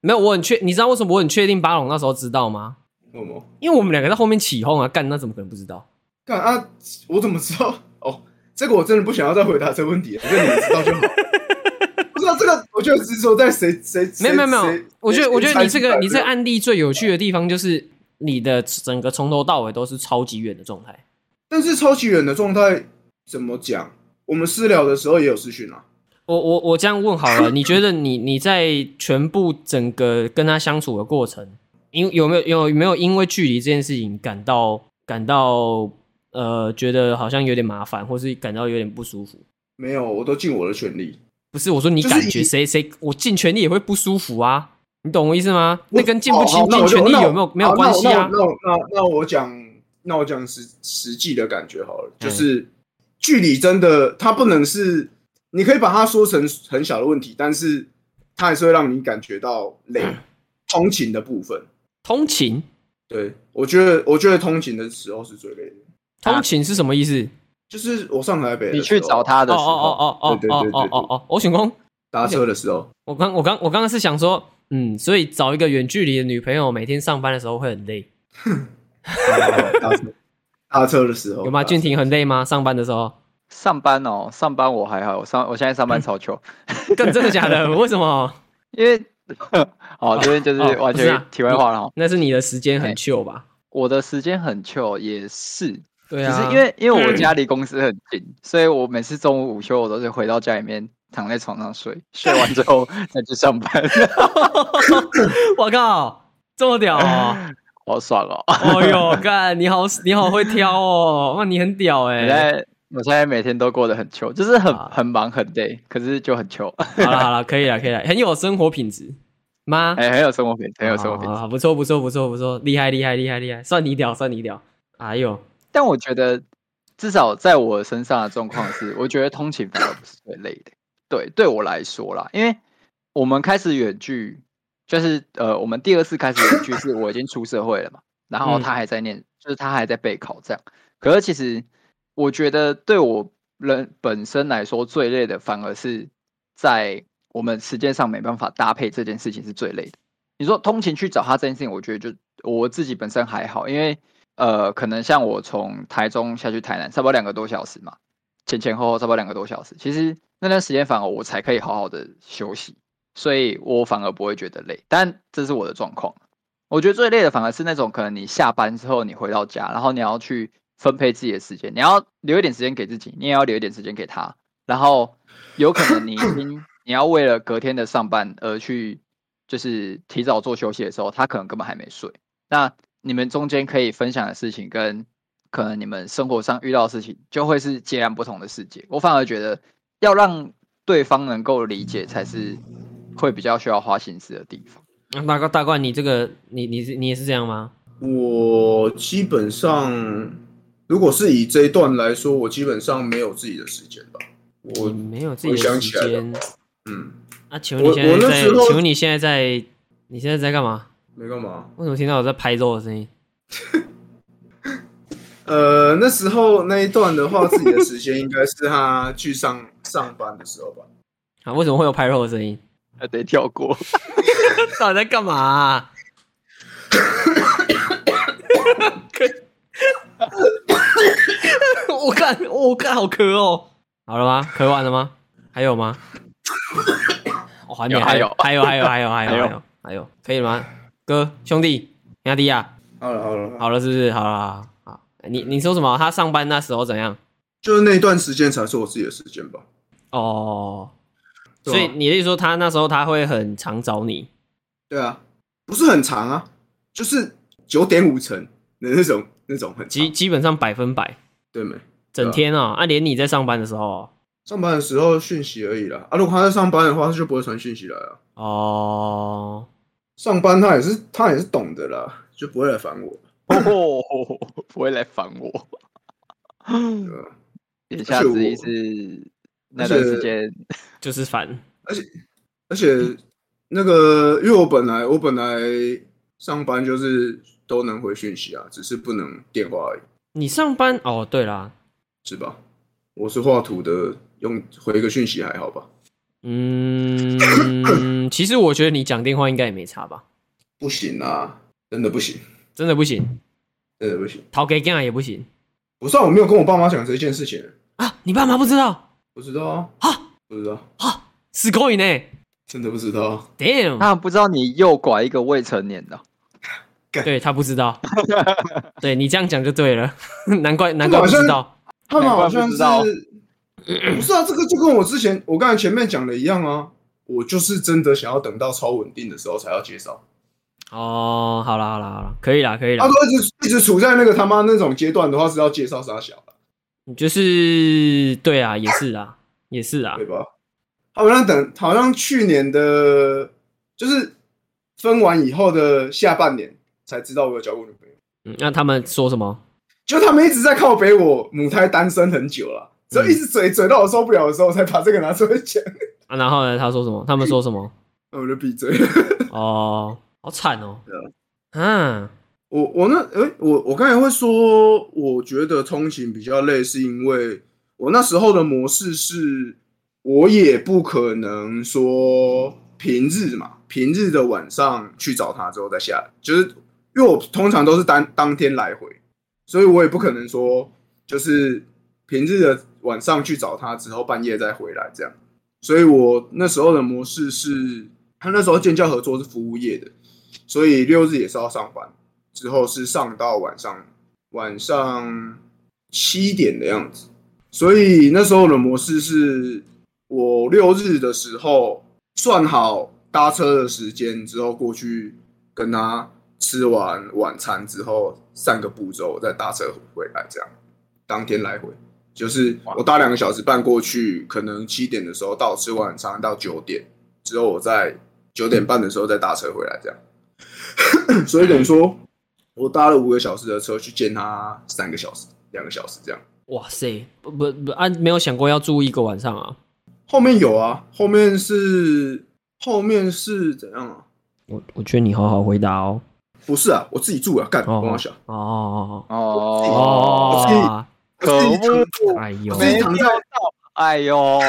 [SPEAKER 1] 没有，我很确，你知道为什么我很确定巴龙那时候知道吗？
[SPEAKER 2] 为什么？
[SPEAKER 1] 因为我们两个在后面起哄啊，干，那怎么可能不知道？
[SPEAKER 2] 干啊！我怎么知道？ 哦，这个我真的不想要再回答这个问题了，这个你们知道就好。 不知道这个，我觉得只是说在谁谁
[SPEAKER 1] 没
[SPEAKER 2] 谁
[SPEAKER 1] 有没有没有
[SPEAKER 2] 谁，
[SPEAKER 1] 我觉得
[SPEAKER 2] 谁
[SPEAKER 1] 我觉得你这
[SPEAKER 2] 谁
[SPEAKER 1] 个
[SPEAKER 2] 猜
[SPEAKER 1] 你这
[SPEAKER 2] 出
[SPEAKER 1] 个
[SPEAKER 2] 来的
[SPEAKER 1] 案例最有趣的地方就是你的整个从头到尾都是超级远的状态。
[SPEAKER 2] 但是超级远的状态怎么讲？我们私聊的时候也有私讯啊，
[SPEAKER 1] 我我我这样问好了，你觉得你你在全部整个跟他相处的过程，因有没有有有没有因为距离这件事情感到感到呃觉得好像有点麻烦，或是感到有点不舒服？
[SPEAKER 2] 没有，我都尽我的全力。
[SPEAKER 1] 不是，我说你
[SPEAKER 2] 就是
[SPEAKER 1] 感觉
[SPEAKER 2] 以
[SPEAKER 1] 谁谁我尽全力也会不舒服啊，你懂我意思吗？
[SPEAKER 2] 我
[SPEAKER 1] 那跟尽不
[SPEAKER 2] 哦
[SPEAKER 1] 尽
[SPEAKER 2] 好那
[SPEAKER 1] 尽
[SPEAKER 2] 我就
[SPEAKER 1] 全力
[SPEAKER 2] 那我
[SPEAKER 1] 有没有没有
[SPEAKER 2] 好
[SPEAKER 1] 关系啊
[SPEAKER 2] 那？我那我那我那那我讲，那我讲实实际的感觉好了，
[SPEAKER 1] 嗯
[SPEAKER 2] 就是距离真的，它不能是，你可以把它说成很小的问题，但是它还是会让你感觉到累。
[SPEAKER 1] 嗯
[SPEAKER 2] 通勤的部分，
[SPEAKER 1] 通勤
[SPEAKER 2] 对我觉得，我觉得通勤的时候是最累的，
[SPEAKER 1] 通勤是什么意思？
[SPEAKER 2] 就是我上台北的
[SPEAKER 3] 你去
[SPEAKER 2] 时候
[SPEAKER 3] 找他
[SPEAKER 1] 哦
[SPEAKER 3] 的
[SPEAKER 1] 哦
[SPEAKER 3] 时候，
[SPEAKER 1] 哦哦哦
[SPEAKER 2] 对对
[SPEAKER 1] 哦
[SPEAKER 2] 对
[SPEAKER 1] 哦
[SPEAKER 2] 对
[SPEAKER 1] 哦哦，我想讲。
[SPEAKER 2] 搭车的时候，
[SPEAKER 1] 我刚我刚我刚刚是想说，嗯，所以找一个远距离的女朋友，每天上班的时候会很累，
[SPEAKER 2] 搭车搭车的
[SPEAKER 3] 哦
[SPEAKER 2] 时候啊
[SPEAKER 1] 有吗？
[SPEAKER 3] 啊
[SPEAKER 2] 搭车
[SPEAKER 1] 俊廷很累吗？上班的时候，
[SPEAKER 3] 上班哦，上班我还好，我上我现在上班超糗，
[SPEAKER 1] 更真的假 的？为什么？
[SPEAKER 3] 因为 好这边就是
[SPEAKER 1] 哦
[SPEAKER 3] 完
[SPEAKER 1] 不是啊
[SPEAKER 3] 全题外话了哦。
[SPEAKER 1] 那是你的时间很秀吧？
[SPEAKER 3] 我的时间很糗，也是，
[SPEAKER 1] 对
[SPEAKER 3] 只
[SPEAKER 1] 啊，
[SPEAKER 3] 是因为因为我家离公司很近，所以我每次中午午休我都是回到家里面躺在床上睡，睡完之后再去上 班，
[SPEAKER 1] 我靠，这么屌 哦！
[SPEAKER 3] 好爽哦！
[SPEAKER 1] 哦呦，干，你好你好会挑哦，哇，你很屌
[SPEAKER 3] 我
[SPEAKER 1] 哎、
[SPEAKER 3] 现在我现在每天都过得很糗，就是很
[SPEAKER 1] 啊
[SPEAKER 3] 很忙很累，可是就 很糗，
[SPEAKER 1] 好了好了，可以了可以了，很有生活品质吗？
[SPEAKER 3] 哎，很有生活品，很有生活品
[SPEAKER 1] 好。好好不错不错不错不错，厉害厉害厉害厉害，算你屌算你屌，哎呦，
[SPEAKER 3] 但我觉得，至少在我身上的状况是，我觉得通勤反而不是最累的。对，对我来说啦，因为我们开始远距，就是呃，我们第二次开始远距是我已经出社会了嘛，然后
[SPEAKER 1] 嗯
[SPEAKER 3] 他还在念，就是他还在备考这样。可是其实我觉得对我人本身来说最累的，反而是在我们时间上没办法搭配这件事情是最累的。你说通勤去找他这件事情，我觉得就我自己本身还好，因为呃，可能像我从台中下去台南，差不多两个多小时嘛，前前后后差不多两个多小时。其实那段时间反而我才可以好好的休息，所以我反而不会觉得累。但这是我的状况。我觉得最累的反而是那种可能你下班之后你回到家，然后你要去分配自己的时间，你要留一点时间给自己，你也要留一点时间给他。然后有可能你已经你要为了隔天的上班而去，就是提早做休息的时候，他可能根本还没睡。那你们中间可以分享的事情跟可能你们生活上遇到的事情，就会是截然不同的世界。我反而觉得要让对方能够理解，才是会比较需要花心思的地方。
[SPEAKER 1] 那大哥大冠，你这个你你是你也是这样吗？
[SPEAKER 2] 我基本上，如果是以这一段来说，我基本上没有自己的时间吧。
[SPEAKER 1] 你
[SPEAKER 2] 我
[SPEAKER 1] 没有自己的
[SPEAKER 2] 想
[SPEAKER 1] 时
[SPEAKER 2] 起来了
[SPEAKER 1] 间
[SPEAKER 2] 嗯，
[SPEAKER 1] 啊？请问你
[SPEAKER 2] 我
[SPEAKER 1] 现在
[SPEAKER 2] 我那
[SPEAKER 1] 在？
[SPEAKER 2] 时候
[SPEAKER 1] 请问你现在在？你现在在干嘛？
[SPEAKER 2] 没干嘛。
[SPEAKER 1] 为什么听到我在拍肉的声音？
[SPEAKER 2] 呃，那时候那一段的话，自己的时间应该是他去上上班的时候吧。
[SPEAKER 1] 啊，为什么会有拍肉的声音？
[SPEAKER 3] 还得跳过，
[SPEAKER 1] 到底在干嘛啊、我看，我看，好咳哦。好了吗？咳完了吗？还有吗？我还你，
[SPEAKER 3] 有
[SPEAKER 1] 还有，还
[SPEAKER 3] 还
[SPEAKER 1] 有，还有，还有，还有，还
[SPEAKER 3] 还有
[SPEAKER 1] 有，还有，可以了吗？哥，兄弟，啊亚迪亚，
[SPEAKER 2] 好了好了，
[SPEAKER 1] 好了是不是？好了，好了好。你你说什么？他上班那时候怎样？
[SPEAKER 2] 就是那段时间才是我自己的时间吧。
[SPEAKER 1] 哦，
[SPEAKER 2] 对
[SPEAKER 1] 所
[SPEAKER 2] 啊
[SPEAKER 1] 以你的意思说他那时候他会很常找你？
[SPEAKER 2] 对啊，不是很长啊，就是九点五成的那种那种很
[SPEAKER 1] 基
[SPEAKER 2] 长，
[SPEAKER 1] 基本上百分百，
[SPEAKER 2] 对没？
[SPEAKER 1] 整天啊，啊，连你在上班的时候哦
[SPEAKER 2] 上班的时候讯息而已啦。啊，如果他在上班的话，他就不会传讯息来啊。
[SPEAKER 1] 哦，
[SPEAKER 2] 上班他也是他也是懂的啦，就不会来烦我。
[SPEAKER 3] 哦，不会来烦我。
[SPEAKER 2] 对啊
[SPEAKER 3] 言下之意是那段时间
[SPEAKER 1] 就是烦
[SPEAKER 2] 而且那个，因为我本来我本来上班就是都能回讯息啊，只是不能电话而已，
[SPEAKER 1] 你上班哦。对啦，
[SPEAKER 2] 是吧？我是画图的，用回一个讯息还好吧？
[SPEAKER 1] 嗯，其实我觉得你讲电话应该也没差吧，
[SPEAKER 2] 不行啊，真的不行，
[SPEAKER 1] 真的不行，
[SPEAKER 2] 真的不行。
[SPEAKER 1] 逃给干也不行
[SPEAKER 2] 不算我没有跟我爸妈讲这件事情，
[SPEAKER 1] 啊。你爸妈不知道
[SPEAKER 2] 不知道啊，
[SPEAKER 1] 啊，
[SPEAKER 2] 不知道，
[SPEAKER 1] 啊，死狗瘾呢
[SPEAKER 2] 真的不知道啊。
[SPEAKER 1] ？Damn，、
[SPEAKER 3] 他们不知道你诱拐一个未成年的，
[SPEAKER 1] 对他不知道， 对你这样讲就对了， 难怪难怪不
[SPEAKER 2] 这个好像
[SPEAKER 1] 知道。
[SPEAKER 2] 他们好像
[SPEAKER 3] 不
[SPEAKER 2] 是
[SPEAKER 3] 知道，
[SPEAKER 2] 不是啊？这个就跟我之前我刚才前面讲的一样啊。我就是真的想要等到超稳定的时候才要介绍，
[SPEAKER 1] 哦，好啦好啦好啦，可以啦可以啦
[SPEAKER 2] 他、都，一直一直处在那个他妈那种阶段的话，是要介绍啥小了，
[SPEAKER 1] 就是对啊，也是啊，也是啊
[SPEAKER 2] 对，吧？好像等好像去年的，就是分完以后的下半年才知道我有交过女朋友，
[SPEAKER 1] 嗯，那他们说什么？
[SPEAKER 2] 就他们一直在靠北我母胎单身很久了，只要一直嘴嘴到我受不了的时候，我才把这个拿出来讲，
[SPEAKER 1] 啊，然后呢？他说什么？他们说什么？
[SPEAKER 2] 那我就闭嘴。
[SPEAKER 1] 哦，好惨哦
[SPEAKER 2] 对。
[SPEAKER 1] 啊，
[SPEAKER 2] 我我那诶、我我刚才会说，我觉得通勤比较累，是因为我那时候的模式是，我也不可能说平日嘛，平日的晚上去找他之后再下来，就是因为我通常都是当当天来回，所以我也不可能说就是平日的晚上去找他之后半夜再回来这样，所以我那时候的模式是，他那时候建教合作是服务业的，所以六日也是要上班。之后是上到晚上晚上七点的样子，所以那时候的模式是我六日的时候算好搭车的时间之后过去跟他吃完晚餐之后散个步之后再搭车回来，这样当天来回。就是我搭两个小时半过去，可能七点的时候到，吃晚餐到九点之后，我在九点半的时候再搭车回来，这样。 所以等于说，我搭了五个小时的车去见他，三个小时、两个小时这样。
[SPEAKER 1] 哇塞，不不不，啊，没有想过要住一个晚上啊。
[SPEAKER 2] 后面有啊，后面是后面是怎样啊？
[SPEAKER 1] 我我劝你好好回答哦。
[SPEAKER 2] 不是啊，我自己住啊，干，
[SPEAKER 1] 哦
[SPEAKER 2] 我想，
[SPEAKER 1] 哦
[SPEAKER 3] 哦
[SPEAKER 1] 哦哦，
[SPEAKER 3] 可
[SPEAKER 2] 我自己
[SPEAKER 3] 恶
[SPEAKER 2] 躺，
[SPEAKER 1] 哎呦，
[SPEAKER 2] 没
[SPEAKER 3] 没
[SPEAKER 2] 有
[SPEAKER 3] 料到，哎呦，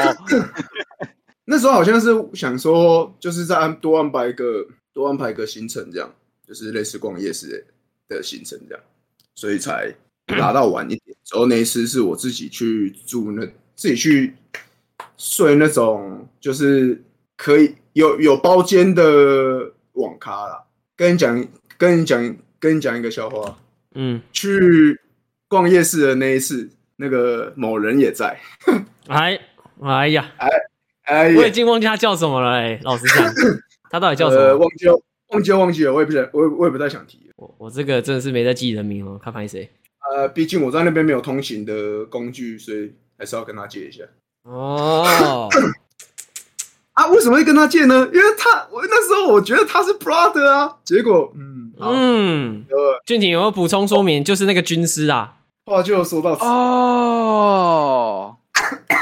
[SPEAKER 2] 那时候好像是想说，就是再安多安排一个多安排一个行程，这样就是类似逛夜市的行程这样，所以才拉到晚一点。然后那一次是我自己去住那自己去睡那种就是可以有有包间的网咖啦。跟你讲，跟你讲，跟你讲一个笑话。
[SPEAKER 1] 嗯，
[SPEAKER 2] 去逛夜市的那一次，那个某人也在。
[SPEAKER 1] 哎哎呀，
[SPEAKER 2] 哎呀，
[SPEAKER 1] 我已经忘记他叫什么了哎，老实讲，他到底叫什
[SPEAKER 2] 呃，
[SPEAKER 1] 么？
[SPEAKER 2] 忘记了，忘记了，忘记了，我也不想，我也我也不太想提了。
[SPEAKER 1] 我我这个真的是没在记人名哦，看拍谁。
[SPEAKER 2] 呃，毕竟我在那边没有通行的工具，所以还是要跟他借一下。
[SPEAKER 1] 哦，
[SPEAKER 2] 啊，为什么会跟他借呢？因为他我那时候我觉得他是 brother 啊，结果嗯，好，
[SPEAKER 1] 嗯，
[SPEAKER 2] 呃，
[SPEAKER 1] 俊廷有没有补充说明？就是那个军师啊
[SPEAKER 2] 话就说到此，
[SPEAKER 3] 哦，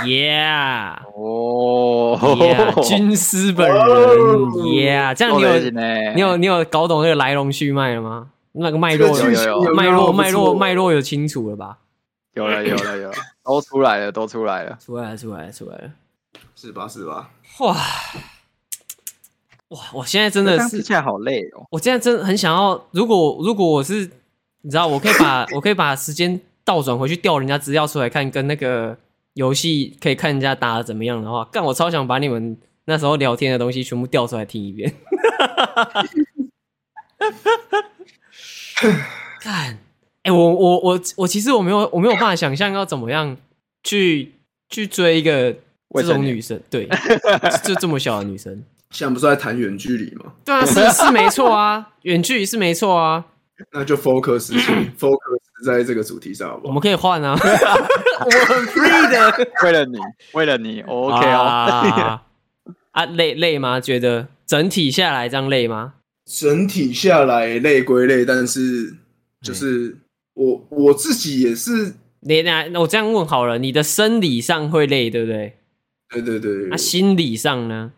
[SPEAKER 1] ，Yeah。
[SPEAKER 3] 哦
[SPEAKER 1] Yeah，军 师本人
[SPEAKER 2] 哦
[SPEAKER 1] ，Yeah，这样你
[SPEAKER 3] 你
[SPEAKER 1] 有
[SPEAKER 3] 有呢？
[SPEAKER 1] 你有你有搞懂那个来龙去脉了吗？那个脉络
[SPEAKER 2] 这个
[SPEAKER 3] 有
[SPEAKER 2] 剧
[SPEAKER 3] 有
[SPEAKER 2] 情
[SPEAKER 3] 有
[SPEAKER 2] 有
[SPEAKER 1] 脉
[SPEAKER 2] 没有
[SPEAKER 1] 络
[SPEAKER 2] 不
[SPEAKER 1] 脉
[SPEAKER 2] 错
[SPEAKER 1] 络脉络有清楚了吧？
[SPEAKER 3] 有了有了有了，都出来了都出来了，
[SPEAKER 1] 出来了，出来了，出来了！
[SPEAKER 2] 是吧？是吧？
[SPEAKER 1] 哇哇，我现在真的
[SPEAKER 3] 这样听
[SPEAKER 1] 是，
[SPEAKER 3] 起来好累哦。
[SPEAKER 1] 我现在真的很想要，如果如果我是你知道，我可以把 我可以把时间倒转回去调人家资料出来看，跟那个游戏可以看人家打的怎么样的话，干我超想把你们那时候聊天的东西全部调出来听一遍。 干，哎、我我我我其实我没有我没有办法想象要怎么样去去追一个这
[SPEAKER 3] 未成
[SPEAKER 1] 种
[SPEAKER 3] 年
[SPEAKER 1] 女生，对，就这么小的女生。
[SPEAKER 2] 现在不是在谈远距离吗？
[SPEAKER 1] 对啊，是是没错啊， 远距离是没错啊，
[SPEAKER 2] 那就 focus 请 focus 在这个主题上好不
[SPEAKER 1] 我
[SPEAKER 2] 好？
[SPEAKER 1] 们可以换 啊，我很 free 的。
[SPEAKER 3] 为了你，为了你我，OK 哦。
[SPEAKER 1] 啊， 啊累累吗？觉得整体下来这样累吗？
[SPEAKER 2] 整体下来累归累，但是就是我我自己也是，
[SPEAKER 1] 你那那我这样问好了，你的生理上会累，对不对？
[SPEAKER 2] 对对对，
[SPEAKER 1] 那、心理上呢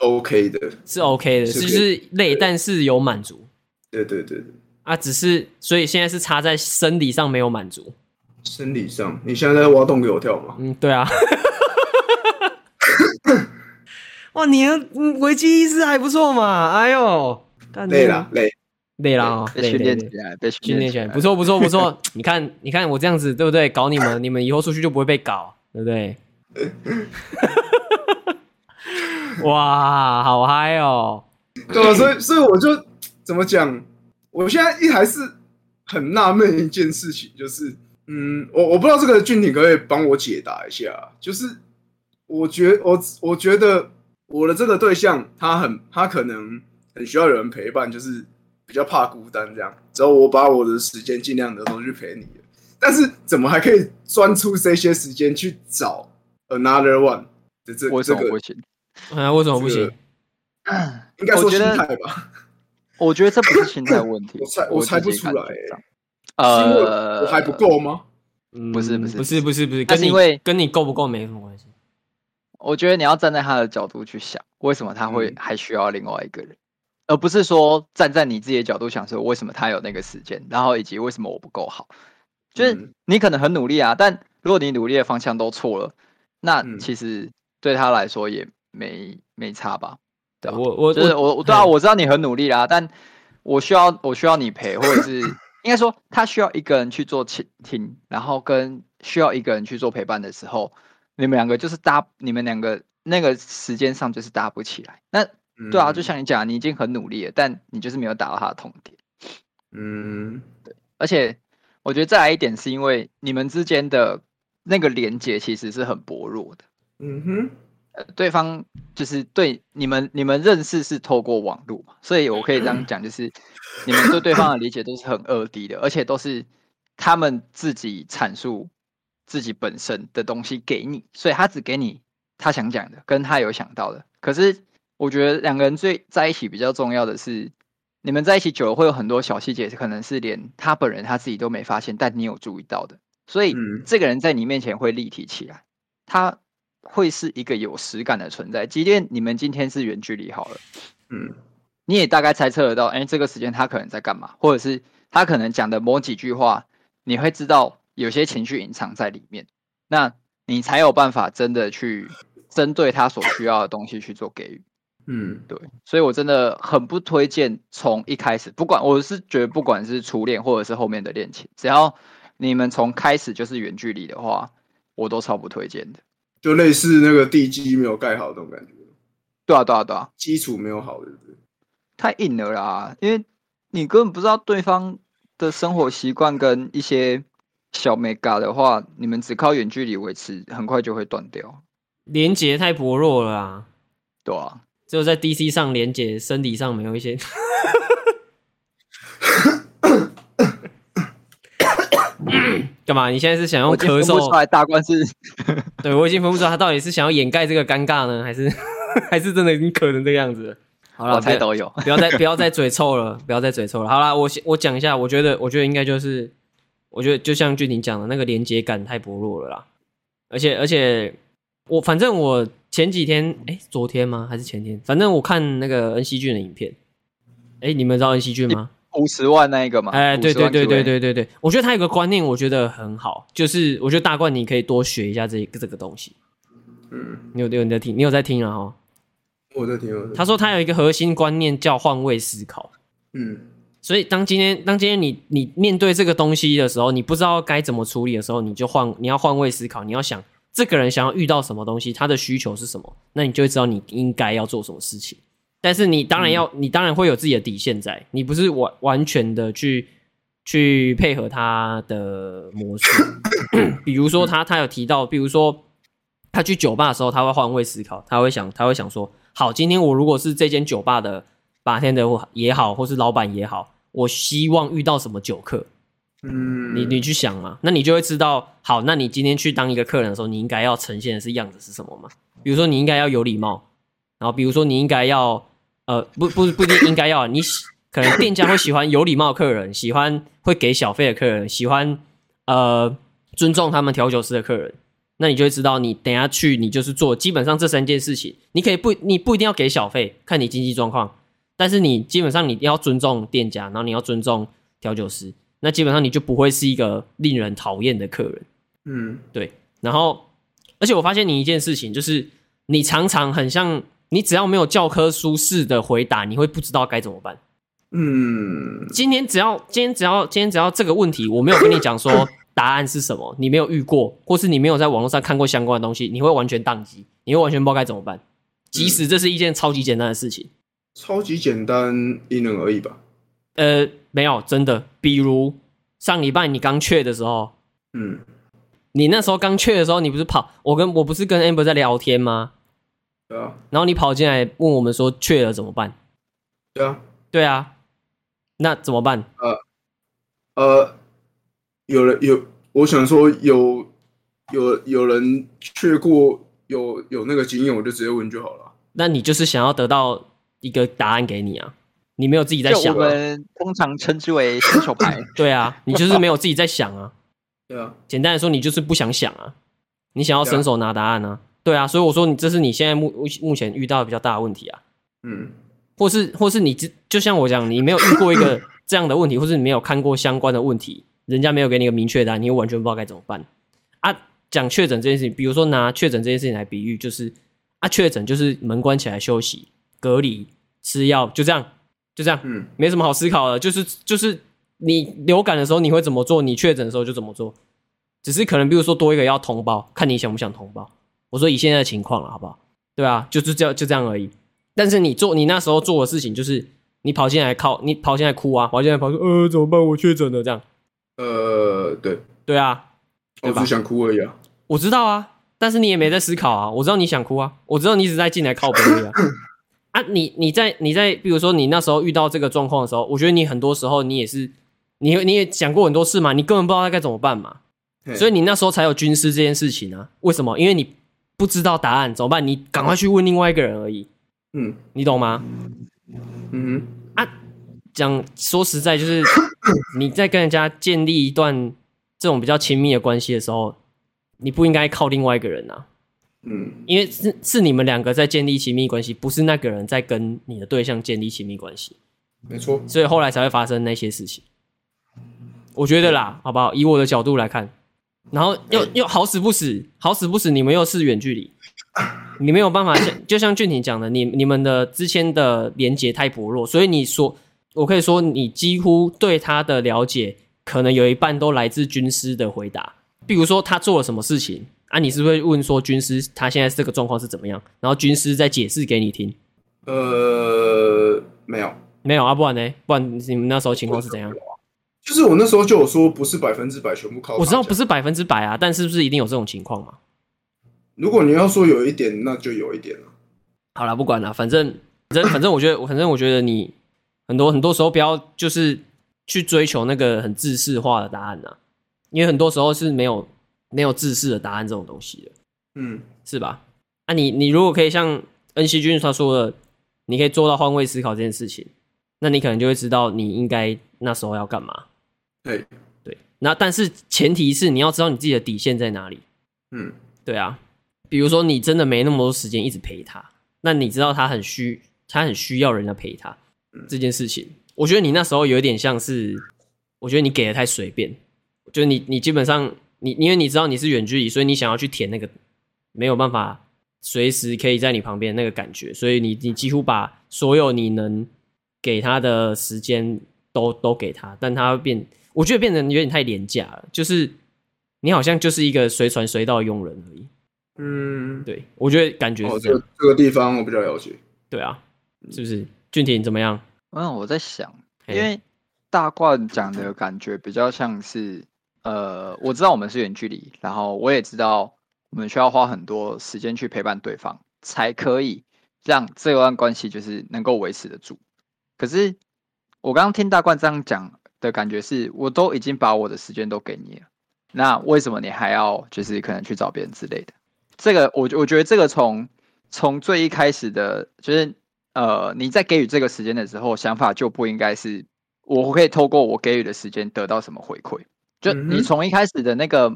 [SPEAKER 2] OK 的，
[SPEAKER 1] 是 OK 的，
[SPEAKER 2] 是
[SPEAKER 1] 是
[SPEAKER 2] 可
[SPEAKER 1] 不
[SPEAKER 2] 以
[SPEAKER 1] 是累，但是有满足
[SPEAKER 2] 对对对对，
[SPEAKER 1] 啊？只是所以现在是差在生理上没有满足。
[SPEAKER 2] 生理上，你现在在挖洞给我跳吗？
[SPEAKER 1] 嗯，对啊。 哇，你的嗯危机意识还不错嘛！哎呦，干
[SPEAKER 2] 累啦，累，
[SPEAKER 1] 累了哦，
[SPEAKER 3] 被
[SPEAKER 1] 累
[SPEAKER 3] 训
[SPEAKER 1] 累
[SPEAKER 3] 练
[SPEAKER 1] 累
[SPEAKER 3] 起。来，被训
[SPEAKER 1] 训练
[SPEAKER 3] 练
[SPEAKER 1] 起
[SPEAKER 3] 起
[SPEAKER 1] 来，
[SPEAKER 3] 来，
[SPEAKER 1] 不错不错不错。你看你看我这样子对不对？搞你们，你们以后出去就不会被搞，对不对？哇，好嗨哦！
[SPEAKER 2] 对啊，所以所以我就怎么讲，我现在一还是很纳闷一件事情，就是嗯，我我不知道这个俊挺可不可以帮我解答一下，就是我觉我我觉得我的这个对象他很他可能很需要有人陪伴，就是比较怕孤单这样，只要我把我的时间尽量的都去陪你了，但是怎么还可以钻出这些时间去找 another one 的这
[SPEAKER 3] 为什
[SPEAKER 2] 这
[SPEAKER 3] 么
[SPEAKER 2] 个
[SPEAKER 3] 不行？
[SPEAKER 1] 啊，为什么不
[SPEAKER 2] 这
[SPEAKER 1] 行
[SPEAKER 2] 个？应该说
[SPEAKER 3] 我觉
[SPEAKER 2] 心
[SPEAKER 3] 得
[SPEAKER 2] 态吧？，
[SPEAKER 3] 我觉得这不是心态问题
[SPEAKER 2] 我猜我
[SPEAKER 3] 我
[SPEAKER 2] 猜不
[SPEAKER 3] 自己感
[SPEAKER 2] 出来
[SPEAKER 3] 觉上。
[SPEAKER 2] 是因为
[SPEAKER 3] 呃，
[SPEAKER 2] 我还不够吗？
[SPEAKER 1] 嗯
[SPEAKER 3] 不是不是
[SPEAKER 1] 不是不是不是，
[SPEAKER 3] 那
[SPEAKER 1] 跟
[SPEAKER 3] 是
[SPEAKER 1] 你
[SPEAKER 3] 因为
[SPEAKER 1] 跟你够不够没什么关系。
[SPEAKER 3] 我觉得你要站在他的角度去想，为什么他会
[SPEAKER 2] 嗯
[SPEAKER 3] 还需要另外一个人，而不是说站在你自己的角度想说为什么他有那个时间，然后以及为什么我不够好。就是
[SPEAKER 2] 嗯
[SPEAKER 3] 你可能很努力啊，但如果你努力的方向都错了，那
[SPEAKER 2] 嗯
[SPEAKER 3] 其实对他来说也没没差吧？对吧
[SPEAKER 1] 我我
[SPEAKER 3] 就是我，对啊，
[SPEAKER 1] 嗯
[SPEAKER 3] 我知道你很努力啦，但我需要我需要你陪，或 者是应该说他需要一个人去做倾听，然后跟需要一个人去做陪伴的时候，你们两个就是搭，你们两个那个时间上就是搭不起来。那
[SPEAKER 2] 嗯
[SPEAKER 3] 对啊，就像你讲，你已经很努力了，但你就是没有达到他的痛点。
[SPEAKER 2] 嗯，
[SPEAKER 3] 而且我觉得再来一点，是因为你们之间的那个连接其实是很薄弱的。
[SPEAKER 2] 嗯哼，
[SPEAKER 3] 呃对方就是对你们，你们认识是透过网络嘛，所以我可以这样讲，就是你们对对方的理解都是很二 D 的，而且都是他们自己阐述自己本身的东西给你，所以他只给你他想讲的，跟他有想到的。可是我觉得两个人最在一起比较重要的是，你们在一起久了会有很多小细节，可能是连他本人他自己都没发现，但你有注意到的，所以
[SPEAKER 2] 嗯
[SPEAKER 3] 这个人在你面前会立体起来。他会是一个有实感的存在。即便你们今天是远距离好了，
[SPEAKER 2] 嗯
[SPEAKER 3] 你也大概猜测得到，哎，这个时间他可能在干嘛，或者是他可能讲的某几句话，你会知道有些情绪隐藏在里面，那你才有办法真的去针对他所需要的东西去做给予。
[SPEAKER 2] 嗯
[SPEAKER 3] 对，所以我真的很不推荐从一开始，不管我是觉得不管是初恋或者是后面的恋情，只要你们从开始就是远距离的话，我都超不推荐的。
[SPEAKER 2] 就类似那个地基没有盖好那种感觉，
[SPEAKER 3] 对啊，对啊，对啊，
[SPEAKER 2] 基础没有好，对不对？
[SPEAKER 3] 太硬了啦，因为你根本不知道对方的生活习惯跟一些小美嘎的话，你们只靠远距离维持，很快就会断掉，
[SPEAKER 1] 连接太薄弱了啊，
[SPEAKER 3] 对啊，
[SPEAKER 1] 只有在 DC 上连接，身体上没有一 些。干嘛？你现在是想用
[SPEAKER 3] 我已经
[SPEAKER 1] 咳
[SPEAKER 3] 分不
[SPEAKER 1] 嗽
[SPEAKER 3] 出来大冠是
[SPEAKER 1] 对，我已经分不出他到底是想要掩盖这个尴尬呢，还是还是真的已经咳成这个样子了。好了，
[SPEAKER 3] 我猜
[SPEAKER 1] 不要
[SPEAKER 3] 都有。
[SPEAKER 1] 不要再不要再嘴臭了，不要再嘴臭了。好啦，我先我讲一下，我觉得我觉得应该就是，我觉得就像俊廷讲的那个连接感太薄弱了啦，而且而且我反正我前几天哎、昨天吗还是前天，反正我看那个恩熙俊的影片，哎、你们知道恩熙俊吗？
[SPEAKER 3] 五十万那一个嘛，
[SPEAKER 1] 哎，对
[SPEAKER 3] 50
[SPEAKER 1] 对
[SPEAKER 3] 万
[SPEAKER 1] 对
[SPEAKER 3] 之类
[SPEAKER 1] 对，对对对，我觉得他有个观念，我觉得很好，就是我觉得大冠你可以多学一下这这个东西。
[SPEAKER 2] 嗯，
[SPEAKER 1] 你有你有你在听，你有在听啊？哦，
[SPEAKER 2] 我在听，我在听
[SPEAKER 1] 他说他有一个核心观念叫换位思考。
[SPEAKER 2] 嗯
[SPEAKER 1] 所以当今天当今天你你面对这个东西的时候，你不知道该怎么处理的时候，你就换你要换位思考，你要想这个人想要遇到什么东西，他的需求是什么，那你就会知道你应该要做什么事情。但是你当然要，你当然会有自己的底线在，你不是完完全的去去配合他的模式。比如说他他有提到，比如说他去酒吧的时候，他会换位思考，他会想他会想说，好，今天我如果是这间酒吧的 bartender 也好，或是老板也好，我希望遇到什么酒客，
[SPEAKER 2] 嗯，
[SPEAKER 1] 你你去想嘛，那你就会知道，好，那你今天去当一个客人的时候，你应该要呈现的是样子是什么嘛？比如说你应该要有礼貌，然后比如说你应该要，呃，不不不一定应该要，你喜可能店家会喜欢有礼貌的客人，喜欢会给小费的客人，喜欢呃尊重他们调酒师的客人，那你就会知道，你等一下去你就是做基本上这三件事情，你可以不你不一定要给小费，看你经济状况，但是你基本上你要尊重店家，然后你要尊重调酒师，那基本上你就不会是一个令人讨厌的客人。
[SPEAKER 2] 嗯，
[SPEAKER 1] 对，然后而且我发现你一件事情，就是你常常很像，你只要没有教科书式的回答，你会不知道该怎么办。
[SPEAKER 2] 嗯，
[SPEAKER 1] 今天只要今天只要今天只要这个问题，我没有跟你讲说答案是什么，你没有遇过，或是你没有在网络上看过相关的东西，你会完全宕机，你会完全不知道该怎么办。即使这是一件超级简单的事情，
[SPEAKER 2] 超级简单，因人而异吧。
[SPEAKER 1] 呃，没有真的，比如上礼拜你刚去的时候，
[SPEAKER 2] 嗯，
[SPEAKER 1] 你那时候刚去的时候，你不是跑，我跟我不是跟 Amber 在聊天吗？
[SPEAKER 2] 对啊，
[SPEAKER 1] 然后你跑进来问我们说去了怎么办？
[SPEAKER 2] 对啊，
[SPEAKER 1] 对啊，那怎么办？
[SPEAKER 2] 呃，有人有，我想说有有有人去过，有有那个经验，我就直接问就好了。
[SPEAKER 1] 那你就是想要得到一个答案给你啊，你没有自己在
[SPEAKER 3] 就我
[SPEAKER 1] 想、啊，
[SPEAKER 3] 们通常称之为新 手牌。
[SPEAKER 1] 对啊，你就是没有自己在想啊。
[SPEAKER 2] 对啊，
[SPEAKER 1] 简单来说，你就是不想想啊，你想要伸手拿答案啊，对啊，所以我说你这是你现在目目目前遇到的比较大的问题啊，
[SPEAKER 2] 嗯
[SPEAKER 1] 或是或是你只就像我讲，你没有遇过一个这样的问题，或是你没有看过相关的问题，人家没有给你一个明确的答案，你又完全不知道该怎么办啊。讲确诊这件事情，比如说拿确诊这件事情来比喻，就是啊，确诊就是门关起来休息、隔离、吃药，就这样，就这样，
[SPEAKER 2] 嗯
[SPEAKER 1] 没什么好思考的，就是就是你流感的时候你会怎么做，你确诊的时候就怎么做，只是可能比如说多一个要通报，看你想不想通报。我说以现在的情况了，好不好？对啊，就是这样就这样而已。但是你做你那时候做的事情，就是你跑进来靠你跑进来哭啊，跑进来跑说呃怎么办，我确诊了这样。
[SPEAKER 2] 呃，对，
[SPEAKER 1] 对啊，
[SPEAKER 2] 我
[SPEAKER 1] 对
[SPEAKER 2] 只
[SPEAKER 1] 吧
[SPEAKER 2] 是想哭而已啊。
[SPEAKER 1] 我知道啊，但是你也没在思考啊。我知道你想哭啊，我知道你一直在进来靠背而已啊。啊，你你在你在，比如说你那时候遇到这个状况的时候，我觉得你很多时候你也是，你你也想过很多次嘛，你根本不知道该怎么办嘛，
[SPEAKER 2] 嘿
[SPEAKER 1] 所以你那时候才有军师这件事情啊。为什么？因为你不知道答案怎么办，你赶快去问另外一个人而已，
[SPEAKER 2] 嗯
[SPEAKER 1] 你懂吗？
[SPEAKER 2] 嗯
[SPEAKER 1] 讲说实在，就是你在跟人家建立一段这种比较亲密的关系的时候，你不应该靠另外一个人啊，
[SPEAKER 2] 哼嗯
[SPEAKER 1] 因为是是你们两个在建立亲密关系，不是那个人在跟你的对象建立亲密关系，
[SPEAKER 2] 没错。
[SPEAKER 1] 所以后来才会发生那些事情。我觉得啦，好不好？以我的角度来看，然后又又好死不死，好死不死，你们又是远距离，你没有办法像就像俊廷讲的，你你们的之间的连接太薄弱，所以你说，我可以说你几乎对他的了解，可能有一半都来自军师的回答。比如说他做了什么事情啊，你是不是会问说军师他现在这个状况是怎么样，然后军师再解释给你听？
[SPEAKER 2] 呃，没有，
[SPEAKER 1] 没有啊，不然呢？不然你们那时候情况是怎样？
[SPEAKER 2] 就是我那时候就有说，不是百分之百全部靠。
[SPEAKER 1] 我知道不
[SPEAKER 2] 是，
[SPEAKER 1] 是百分之百啊，但是不是一定有这种情况嘛？
[SPEAKER 2] 如果你要说有一点，那就有一点了。
[SPEAKER 1] 好了，不管了，反正反正反正我觉得，反正我觉得你很多很多时候不要就是去追求那个很自式化的答案啊，因为很多时候是没有没有自式的答案这种东西的，
[SPEAKER 2] 嗯，
[SPEAKER 1] 是吧？啊你，你如果可以像恩熙君他说的，你可以做到换位思考这件事情，那你可能就会知道你应该那时候要干嘛。
[SPEAKER 2] 对，
[SPEAKER 1] 对，那但是前提是你要知道你自己的底线在哪里。
[SPEAKER 2] 嗯
[SPEAKER 1] 对啊，比如说你真的没那么多时间一直陪他，那你知道他很需，他很需要人家陪他这件事情，我觉得你那时候有一点像是，我觉得你给的太随便，就是你你基本上你因为你知道你是远距离，所以你想要去填那个没有办法随时可以在你旁边的那个感觉，所以你你几乎把所有你能给他的时间都都给他，但他会变，我觉得变成有点太廉价了，就是你好像就是一个随传随到的佣人而已。
[SPEAKER 2] 嗯，
[SPEAKER 1] 对我觉得感觉
[SPEAKER 2] 哦，
[SPEAKER 1] 是这
[SPEAKER 2] 这
[SPEAKER 1] 样，
[SPEAKER 2] 个这个地方我比较了解。
[SPEAKER 1] 对啊，是不是？俊廷怎么样？
[SPEAKER 3] 嗯，我在想，
[SPEAKER 1] 嘿
[SPEAKER 3] 因为大冠讲的感觉比较像是，呃，我知道我们是远距离，然后我也知道我们需要花很多时间去陪伴对方，才可以让这段关系就是能够维持得住。可是我刚刚听大冠这样讲的感觉是，我都已经把我的时间都给你了，那为什么你还要就是可能去找别人之类的？这个我我觉得这个从从最一开始的，就是呃你在给予这个时间的时候，想法就不应该是我可以透过我给予的时间得到什么回馈。就
[SPEAKER 2] 嗯
[SPEAKER 3] 你
[SPEAKER 2] 哼
[SPEAKER 3] 从一开始的那个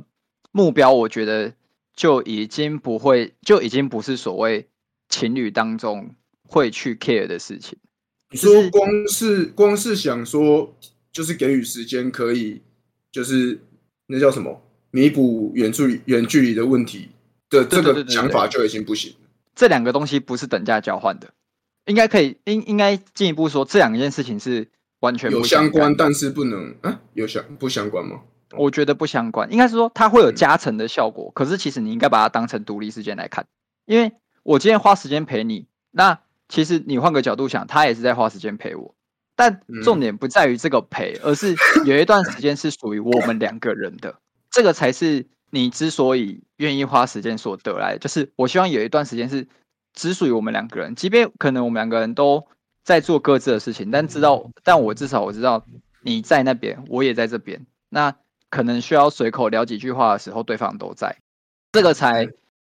[SPEAKER 3] 目标，我觉得就已经不会，就已经不是所谓情侣当中会去 care 的事情。
[SPEAKER 2] 你说光是光是想说，就是给予时间可以，就是那叫什么弥补远距离远距离的问题的这
[SPEAKER 3] 对对对
[SPEAKER 2] 个
[SPEAKER 3] 对
[SPEAKER 2] 想法就已经不行。
[SPEAKER 3] 这两个东西不是等价交换的，应该可以应应该进一步说，这两件事情是完全
[SPEAKER 2] 有
[SPEAKER 3] 不
[SPEAKER 2] 相
[SPEAKER 3] 干
[SPEAKER 2] 关，
[SPEAKER 3] 的。
[SPEAKER 2] 但是不能啊，有相不相关吗？
[SPEAKER 3] 我觉得不相关，应该是说它
[SPEAKER 2] 嗯
[SPEAKER 3] 会有加成的效果，可是其实你应该把它当成独立事件来看，因为我今天花时间陪你，那其实你换个角度想，他也是在花时间陪我，但重
[SPEAKER 2] 嗯
[SPEAKER 3] 点不在于这个陪，而是有一段时间是属于我们两个人的，这个才是你之所以愿意花时间所得来的，就是我希望有一段时间是只属于我们两个人，即便可能我们两个人都在做各自的事情，但知道，但我至少我知道你在那边，我也在这边，那可能需要随口聊几句话的时候，对方都在，这个才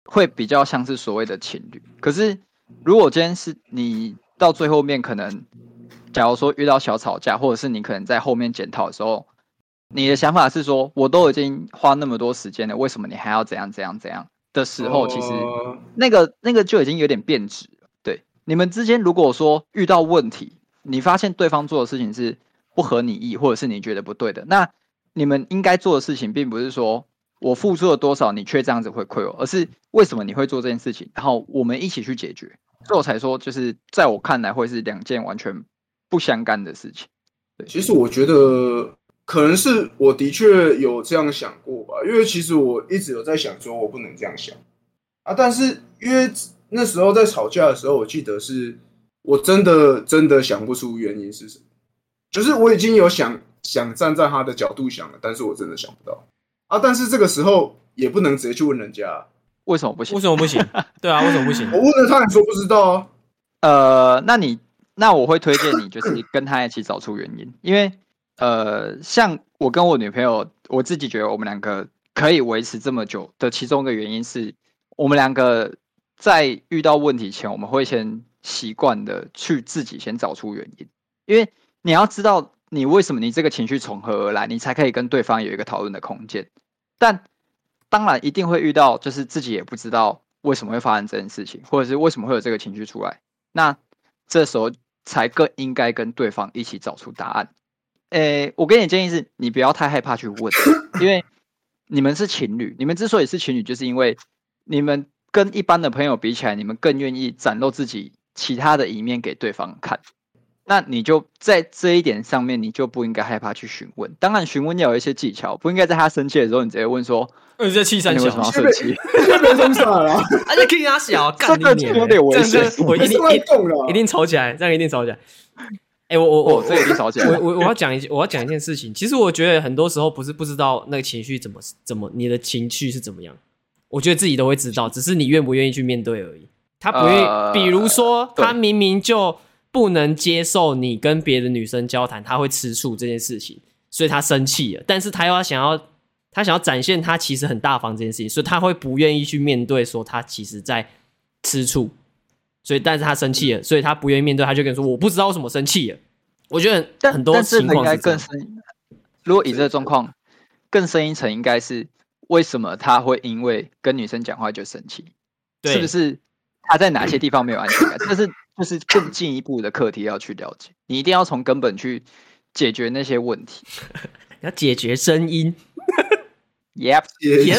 [SPEAKER 3] 会比较像是所谓的情侣。可是如果今天是你到最后面，可能假如说遇到小吵架，或者是你可能在后面检讨的时候，你的想法是说，我都已经花那么多时间了，为什么你还要怎样怎样怎样的时候，其实。
[SPEAKER 2] 哦
[SPEAKER 3] 那个那个就已经有点变质了。对，你们之间如果说遇到问题，你发现对方做的事情是不合你意，或者是你觉得不对的，那你们应该做的事情，并不是说我付出了多少，你却这样子回馈我，而是为什么你会做这件事情，然后我们一起去解决。所以我才说，就是在我看来，会是两件完全不相干的事情。
[SPEAKER 2] 其实我觉得可能是我的确有这样想过吧，因为其实我一直有在想说，我不能这样想啊。但是因为那时候在吵架的时候，我记得是我真的真的想不出原因是什么，就是我已经有想想站在他的角度想了，但是我真的想不到啊。但是这个时候也不能直接去问人家啊，
[SPEAKER 3] 为什么不行
[SPEAKER 1] 为？什么不 行？对啊，为什么不行
[SPEAKER 2] 我？问了他也说不知道 啊。
[SPEAKER 3] 呃，那你那我会推荐你，就是跟他一起找出原因，因为呃，像我跟我女朋友，我自己觉得我们两个可以维持这么久的其中一个原因是，我们两个在遇到问题前，我们会先习惯的去自己先找出原因，因为你要知道你为什么你这个情绪从何而来，你才可以跟对方有一个讨论的空间。但当然一定会遇到，就是自己也不知道为什么会发生这件事情，或者是为什么会有这个情绪出来。那这时候才更应该跟对方一起找出答案。诶，我给你的建议是，你不要太害怕去问，因为你们是情侣，你们之所以是情侣，就是因为你们跟一般的朋友比起来，你们更愿意展露自己其他的一面给对方看。那你就在这一点上面，你就不应该害怕去询问。当然，询问要有一些技巧，不应该在他生气的时候，你直接问说
[SPEAKER 1] 呃，你在气：“
[SPEAKER 3] 那
[SPEAKER 1] 三
[SPEAKER 3] 你为
[SPEAKER 1] 小
[SPEAKER 3] 什么要
[SPEAKER 1] 啊，
[SPEAKER 3] 生气？”
[SPEAKER 2] 被封杀了啊，
[SPEAKER 1] 而且 King 阿小啊，
[SPEAKER 3] 这
[SPEAKER 1] 干你娘
[SPEAKER 3] 个就有点危
[SPEAKER 1] 这样
[SPEAKER 3] 险
[SPEAKER 1] 就我一
[SPEAKER 2] 被
[SPEAKER 1] 定
[SPEAKER 2] 送来
[SPEAKER 1] 一
[SPEAKER 2] 动了啊
[SPEAKER 1] 一。定吵起来，这样一定吵起来。哎、我我我
[SPEAKER 3] 哦，这个一定吵起来
[SPEAKER 1] 我
[SPEAKER 3] 了。
[SPEAKER 1] 我我要讲一件，我要讲一件事情。其实我觉得很多时候不是不知道那个情绪怎么怎么，你的情绪是怎么样，我觉得自己都会知道，只是你愿不愿意去面对而已。他不愿意，
[SPEAKER 3] 呃
[SPEAKER 1] 比如说
[SPEAKER 3] 对
[SPEAKER 1] 他明明就不能接受你跟别的女生交谈，他会吃醋这件事情，所以他生气了。但是他又要想要，他想要展现他其实很大方这件事情，所以他会不愿意去面对说他其实在吃醋。所以，但是他生气
[SPEAKER 3] 嗯
[SPEAKER 1] 了，所以他不愿意面对，他就跟你说：“我不知道为什么生气了。”我觉得很
[SPEAKER 3] 但
[SPEAKER 1] 很多
[SPEAKER 3] 但是
[SPEAKER 1] 情
[SPEAKER 3] 应
[SPEAKER 1] 况
[SPEAKER 3] 该
[SPEAKER 1] 是这
[SPEAKER 3] 更
[SPEAKER 1] 样。
[SPEAKER 3] 深，如果以这个状况更深一层，应该是为什么他会因为跟女生讲话就生气？
[SPEAKER 1] 对，
[SPEAKER 3] 是不是他在哪些地方没有安全感？这是就是更进一步的课题要去了解，你一定要从根本去解决那些问题。
[SPEAKER 1] 要解决声音？
[SPEAKER 3] Yep，
[SPEAKER 2] 也也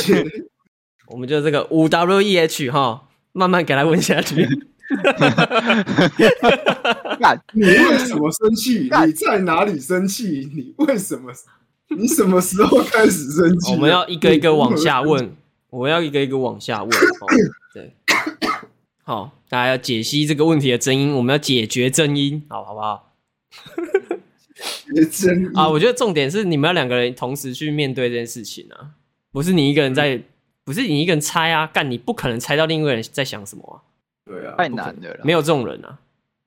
[SPEAKER 1] 我们就这个五 W E H 哈，慢慢给他问下去。
[SPEAKER 3] 干
[SPEAKER 2] 你为什么生气？你在哪里生气？你为什么？你什么时候开始生气？
[SPEAKER 1] 我们要一个一个往下问，我要一个一个往下问。哦、对，好，大家要解析这个问题的真因，我们要解决真因，好好不好？
[SPEAKER 2] 你真
[SPEAKER 1] 啊，我觉得重点是你们要两个人同时去面对这件事情啊，不是你一个人
[SPEAKER 2] 嗯
[SPEAKER 1] 在，不是你一个人猜啊，干你不可能猜到另一个人在想什么啊，
[SPEAKER 2] 对啊，
[SPEAKER 3] 太难了啦。
[SPEAKER 1] 没有这种人啊，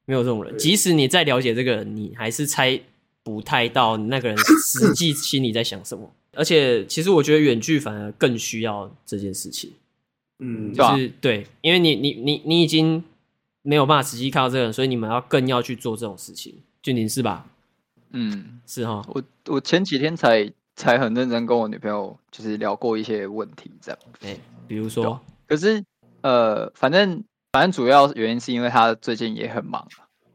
[SPEAKER 1] 没有这种人。
[SPEAKER 2] 对
[SPEAKER 1] 即使你再了解这个人，你还是猜不太到那个人实际心里在想什么。而且，其实我觉得远距反而更需要这件事情，
[SPEAKER 2] 嗯
[SPEAKER 3] 对
[SPEAKER 1] 就
[SPEAKER 3] 吧
[SPEAKER 1] 是对，因为你你你你已经没有办法实际看到这个人，所以你们要更要去做这种事情。俊宁是吧？
[SPEAKER 3] 嗯，
[SPEAKER 1] 是哈，
[SPEAKER 3] 我我前几天才才很认真跟我女朋友就是聊过一些问题，这样。
[SPEAKER 1] 哎、比如说，
[SPEAKER 3] 可是呃，反正反正主要原因是因为他最近也很忙，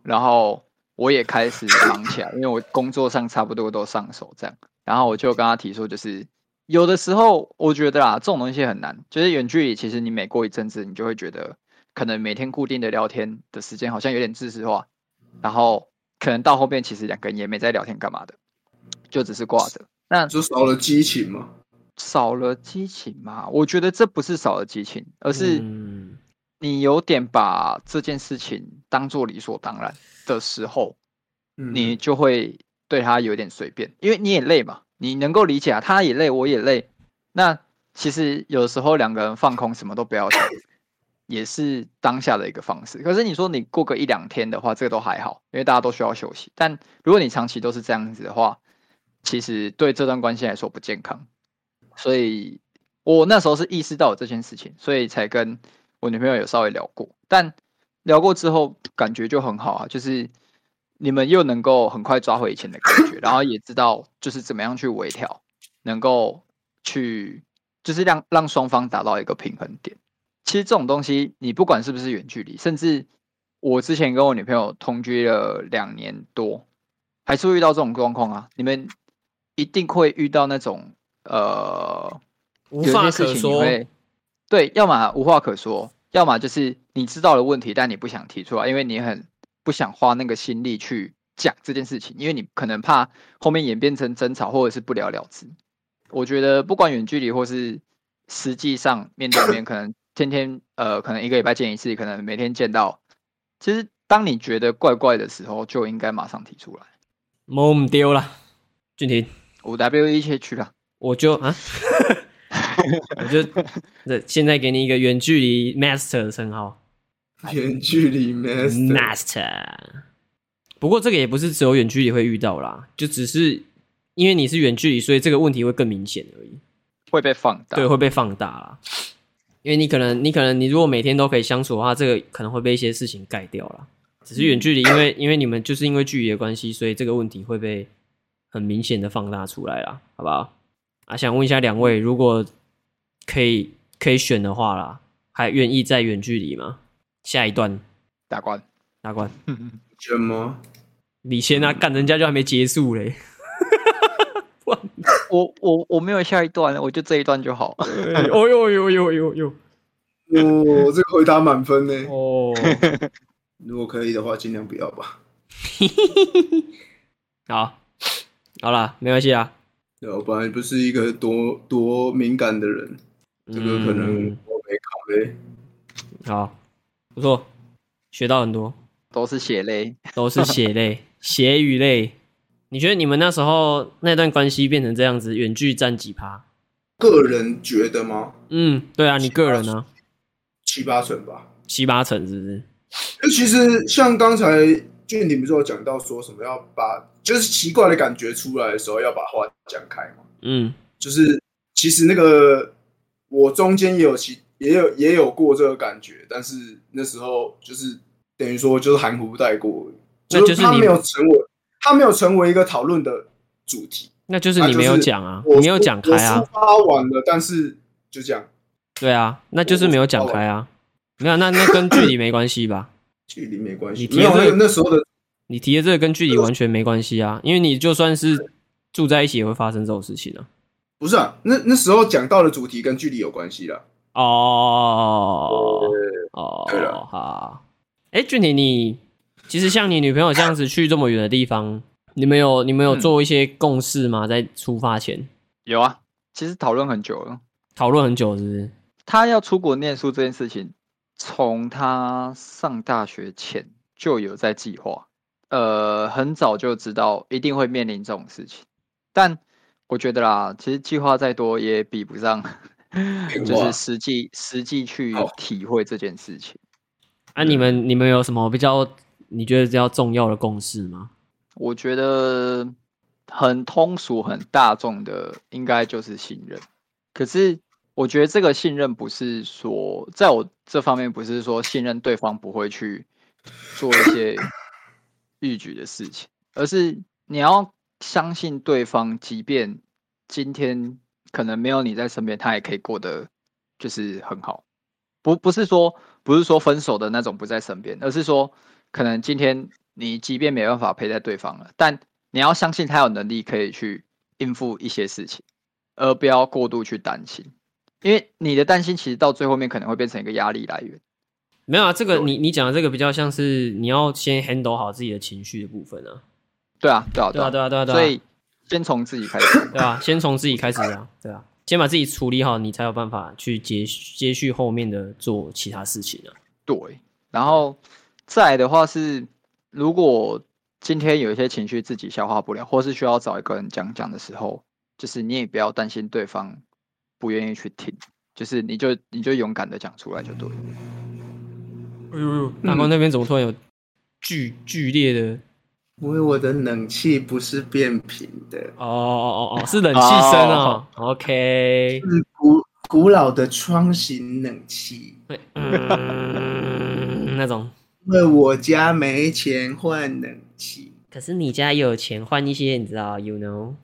[SPEAKER 3] 然后我也开始忙起来，因为我工作上差不多都上手这样。然后我就跟他提出，就是有的时候我觉得啦，这种东西很难，就是远距离，其实你每过一阵子，你就会觉得可能每天固定的聊天的时间好像有点知识化，然后可能到后面其实两个人也没在聊天干嘛的，就只是挂着。那
[SPEAKER 2] 就少了激情嘛。
[SPEAKER 3] 少了激情嘛？我觉得这不是少了激情，而是
[SPEAKER 1] 嗯，
[SPEAKER 3] 你有点把这件事情当做理所当然的时候，
[SPEAKER 2] 嗯
[SPEAKER 3] 你就会对他有点随便，因为你也累嘛，你能够理解啊，他也累，我也累。那其实有时候两个人放空，什么都不要想， 也是当下的一个方式。可是你说你过个一两天的话，这个都还好，因为大家都需要休息。但如果你长期都是这样子的话，其实对这段关系来说不健康。所以我那时候是意识到有这件事情，所以才跟我女朋友有稍微聊过，但聊过之后感觉就很好啊，就是你们又能够很快抓回以前的感觉，然后也知道就是怎么样去微调，能够去就是让让双方达到一个平衡点。其实这种东西，你不管是不是远距离，甚至我之前跟我女朋友同居了两年多，还是会遇到这种状况啊。你们一定会遇到那种呃，
[SPEAKER 1] 无
[SPEAKER 3] 有一
[SPEAKER 1] 话
[SPEAKER 3] 些事
[SPEAKER 1] 可
[SPEAKER 3] 情你
[SPEAKER 1] 说，
[SPEAKER 3] 会对，要么无话可说，要么就是你知道了问题，但你不想提出来，因为你很不想花那个心力去讲这件事情，因为你可能怕后面演变成争吵或者是不了了之。我觉得不管远距离或是实际上面对面，可 能天天呃，可能一个礼拜见一次，可能每天见到，其实当你觉得怪怪的时候，就应该马上提出来。
[SPEAKER 1] 摸不丢了。俊廷，
[SPEAKER 3] 我 W E 切去了，
[SPEAKER 1] 我就啊， 我就这现在给你一个远距离 master 的称号
[SPEAKER 2] 远距离 master，
[SPEAKER 1] master。不过这个也不是只有远距离会遇到啦，就只是因为你是远距离，所以这个问题会更明显而已，
[SPEAKER 3] 会被放大。
[SPEAKER 1] 对，会被放大啦。因为你可能，你可能，你如果每天都可以相处的话，这个可能会被一些事情盖掉啦。只是远距离，因为因为你们就是因为距离的关系，所以这个问题会被很明显的放大出来啦，好不好？啊，想问一下两位，如果可以可以选的话啦，还愿意在远距离吗？下一段
[SPEAKER 3] 打官。
[SPEAKER 1] 大关，
[SPEAKER 2] 什么？
[SPEAKER 1] 你先啊，干人家就还没结束嘞。
[SPEAKER 3] 我我我没有下一段，我就这一段就好。
[SPEAKER 2] 嗯
[SPEAKER 1] 哦呦呦呦呦呦！
[SPEAKER 2] 我这个回答满分呢。
[SPEAKER 1] 哦，
[SPEAKER 2] 如果可以的话，尽量不要吧。
[SPEAKER 1] 好，好啦，没关系啊。
[SPEAKER 2] 对，我本来不是一个多多敏感的人，这个可能
[SPEAKER 1] 嗯
[SPEAKER 2] 我没考虑。
[SPEAKER 1] 好，不错，学到很多。
[SPEAKER 3] 都是血泪。
[SPEAKER 1] 都是血泪、血与泪。你觉得你们那时候那段关系变成这样子，远距占几趴？
[SPEAKER 2] 个人觉得吗？
[SPEAKER 1] 嗯，对啊，你个人呢、
[SPEAKER 2] 七八成吧。
[SPEAKER 1] 七八成是不是？
[SPEAKER 2] 就其实像刚才俊你不是有讲到说什么要把就是奇怪的感觉出来的时候要把话讲开嘛，
[SPEAKER 1] 嗯
[SPEAKER 2] 就是其实那个我中间也有其也有也有过这个感觉，但是那时候就是等于说就是含糊带过，
[SPEAKER 1] 那就是
[SPEAKER 2] 是他
[SPEAKER 1] 你
[SPEAKER 2] 没有成为他没有成为一个讨论的主题，
[SPEAKER 1] 那就是你没有讲啊，
[SPEAKER 2] 我
[SPEAKER 1] 你没有讲开啊
[SPEAKER 2] 我抒，发完了，但是就这样
[SPEAKER 1] 对啊，那就是没有讲开啊。没有，那那跟距离没关系吧？
[SPEAKER 2] 距离没关
[SPEAKER 1] 你
[SPEAKER 2] 系，
[SPEAKER 1] 提
[SPEAKER 2] 没有
[SPEAKER 1] 这个
[SPEAKER 2] 那个那时候的
[SPEAKER 1] 你提的这个跟距离完全没关系啊，因为你就算是住在一起也会发生这种事情啊。
[SPEAKER 2] 不是啊，那那时候讲到的主题跟距离有关系啦。
[SPEAKER 1] 哦哦
[SPEAKER 2] 对
[SPEAKER 1] 哦，
[SPEAKER 2] 对了
[SPEAKER 1] 好，哎、俊廷，你其实像你女朋友这样子去这么远的地方，你们有你们有
[SPEAKER 3] 嗯
[SPEAKER 1] 做一些共识吗？在出发前
[SPEAKER 3] 有啊，其实讨论很久了。
[SPEAKER 1] 讨论很久，是不是？
[SPEAKER 3] 他要出国念书这件事情，从他上大学前就有在计划，呃，很早就知道一定会面临这种事情。但我觉得啦，其实计划再多也比不上
[SPEAKER 2] 变，
[SPEAKER 3] 就
[SPEAKER 2] 化
[SPEAKER 3] 是实际实际去
[SPEAKER 2] 好
[SPEAKER 3] 体会这件事情。
[SPEAKER 1] 啊，你们你们有什么比较你觉得比较重要的共识吗？
[SPEAKER 3] 我觉得很通俗、很大众的，应该就是信任。可是我觉得这个信任不是说，在我这方面不是说信任对方不会去做一些逾矩的事情，而是你要相信对方，即便今天可能没有你在身边，他也可以过得就是很好。不不是说不是说分手的那种不在身边，而是说可能今天你即便没办法陪在对方了，但你要相信他有能力可以去应付一些事情，而不要过度去担心，因为你的担心其实到最后面可能会变成一个压力来源。
[SPEAKER 1] 没有啊，这个
[SPEAKER 3] 对
[SPEAKER 1] 你你讲的这个比较像是你要先 handle 好自己的情绪的部分啊，
[SPEAKER 3] 对啊，对啊，
[SPEAKER 1] 对啊，对
[SPEAKER 3] 啊，
[SPEAKER 1] 啊，对啊，对啊，。
[SPEAKER 3] 所以先从自己开始
[SPEAKER 1] 对啊，先从自己开始啊，对啊，先把自己处理好，你才有办法去接续接续后面的做其他事情啊。
[SPEAKER 3] 对，然后再来的话是，如果今天有一些情绪自己消化不了，或是需要找一个人讲讲的时候，就是你也不要担心对方不愿意去听，就是你就你就勇敢的讲出来就对了。
[SPEAKER 1] 哎呦呦，大光那边怎么突然有剧剧烈的？
[SPEAKER 2] 因为我的冷气不是变频的，
[SPEAKER 1] 哦哦哦哦，是冷气声啊。OK，
[SPEAKER 2] 是古古老的窗型冷气。
[SPEAKER 1] 嗯，那种。
[SPEAKER 2] 因为我家没钱换冷气，
[SPEAKER 1] 可是你家有钱换一些，你知道，you know。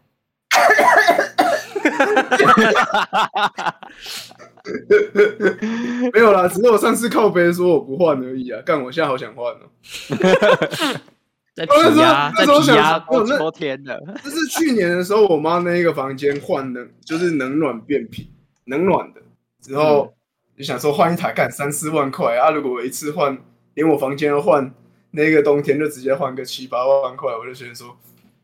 [SPEAKER 2] 没有啦，只是我上次靠背说我不换而已啊。干，我现在好想换哦、
[SPEAKER 1] 在啊
[SPEAKER 2] 我那
[SPEAKER 1] 皮
[SPEAKER 2] 时候
[SPEAKER 1] 呀，在
[SPEAKER 2] 那时候
[SPEAKER 1] 皮
[SPEAKER 2] 想
[SPEAKER 1] 呀，
[SPEAKER 2] 说
[SPEAKER 3] 都
[SPEAKER 2] 那
[SPEAKER 3] 秋天了，
[SPEAKER 2] 就是去年的时候，我妈那一个房间换冷，就是冷暖变频，冷暖的之后，就想说换一台干三四万块啊！如果我一次换，连我房间都换，那个冬天就直接换个七八万块，我就觉得说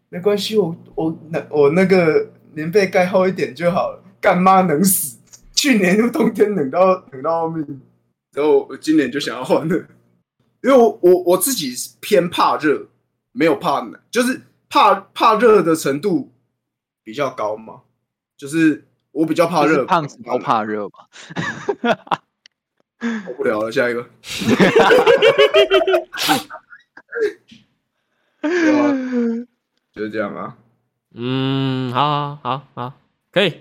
[SPEAKER 2] 没关系，我我那我那个棉被盖厚一点就好了。干妈冷死，去年就冬天冷到冷到后面，然后我今年就想要换了，因为我我我自己是偏怕热，没有怕冷，就是怕怕热的程度比较高嘛，就是我比较怕
[SPEAKER 3] 就是
[SPEAKER 2] 热，
[SPEAKER 3] 胖子都
[SPEAKER 2] 冷
[SPEAKER 3] 怕热嘛。
[SPEAKER 2] 受不了了，下一个。 对啊就是这样啊，
[SPEAKER 1] 嗯，好好好好，可以。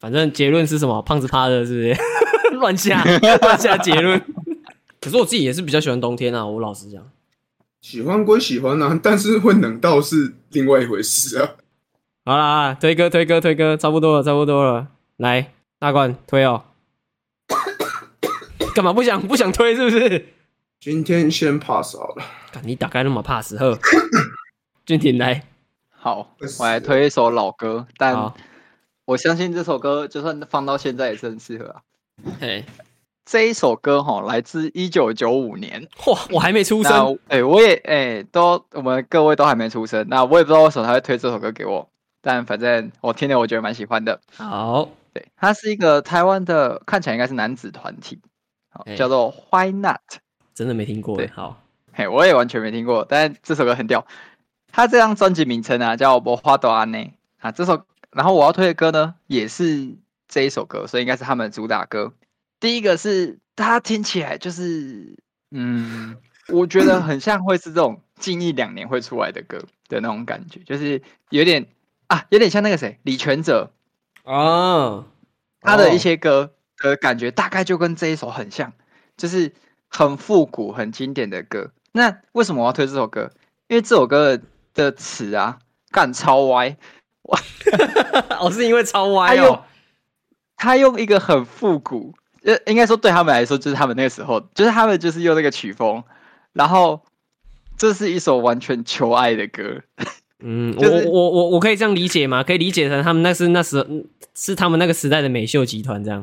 [SPEAKER 1] 反正结论是什么？胖子趴的， 是不是？乱下乱下结论。可是我自己也是比较喜欢冬天啊，我老实讲。
[SPEAKER 2] 喜欢归喜欢啊，但是会冷到是另外一回事啊。
[SPEAKER 1] 好啦好啦，推歌推歌推歌，差不多了差不多了，来大冠推 哦。干嘛不想不想推是不是？
[SPEAKER 2] 今天先 pass 好了，
[SPEAKER 1] 干你打开那么怕死呵。俊廷来，
[SPEAKER 3] 好
[SPEAKER 2] 会，死
[SPEAKER 3] 我来
[SPEAKER 2] 的
[SPEAKER 3] 推一首老歌，但
[SPEAKER 1] 好，
[SPEAKER 3] 我相信这首歌就算放到现在也是很适合啊。
[SPEAKER 1] 哎，
[SPEAKER 3] 这一首歌哈，来自一九九五年。
[SPEAKER 1] 哇，我还没出
[SPEAKER 3] 那
[SPEAKER 1] 生，
[SPEAKER 3] 哎、我也哎、都我们各位都还没出生，那我也不知道为什么他会推这首歌给我，但反正我听了我觉得蛮喜欢的。
[SPEAKER 1] 好，
[SPEAKER 3] 对，它是一个台湾的，看起来应该是男子团体，好
[SPEAKER 1] 哎
[SPEAKER 3] 叫做 Why Not。
[SPEAKER 1] 真的没听过，
[SPEAKER 3] 对
[SPEAKER 1] 好，
[SPEAKER 3] 嘿，我也完全没听过，但这首歌很屌。他这张专辑名称啊叫《我花朵安内》啊，这首，然后我要推的歌呢也是这一首歌，所以应该是他们的主打歌。第一个是它听起来就是，嗯，我觉得很像会是这种近一两年会出来的歌的那种感觉，就是有点啊，有点像那个谁李全哲
[SPEAKER 1] 哦，
[SPEAKER 3] 他的
[SPEAKER 1] 哦
[SPEAKER 3] 一些歌的感觉大概就跟这一首很像，就是很复古、很经典的歌。那为什么我要推这首歌？因为这首歌的词啊，干超歪，
[SPEAKER 1] 哦，是因为超歪
[SPEAKER 3] 哎呦
[SPEAKER 1] 哦，
[SPEAKER 3] 他用一个很复古，呃，应该说对他们来说，就是他们那个时候，就是他们就是用那个曲风，然后这是一首完全求爱的歌，
[SPEAKER 1] 嗯，我
[SPEAKER 3] 就是
[SPEAKER 1] 我我我可以这样理解吗？可以理解成他们那是那时嗯是他们那个时代的美秀集团这样，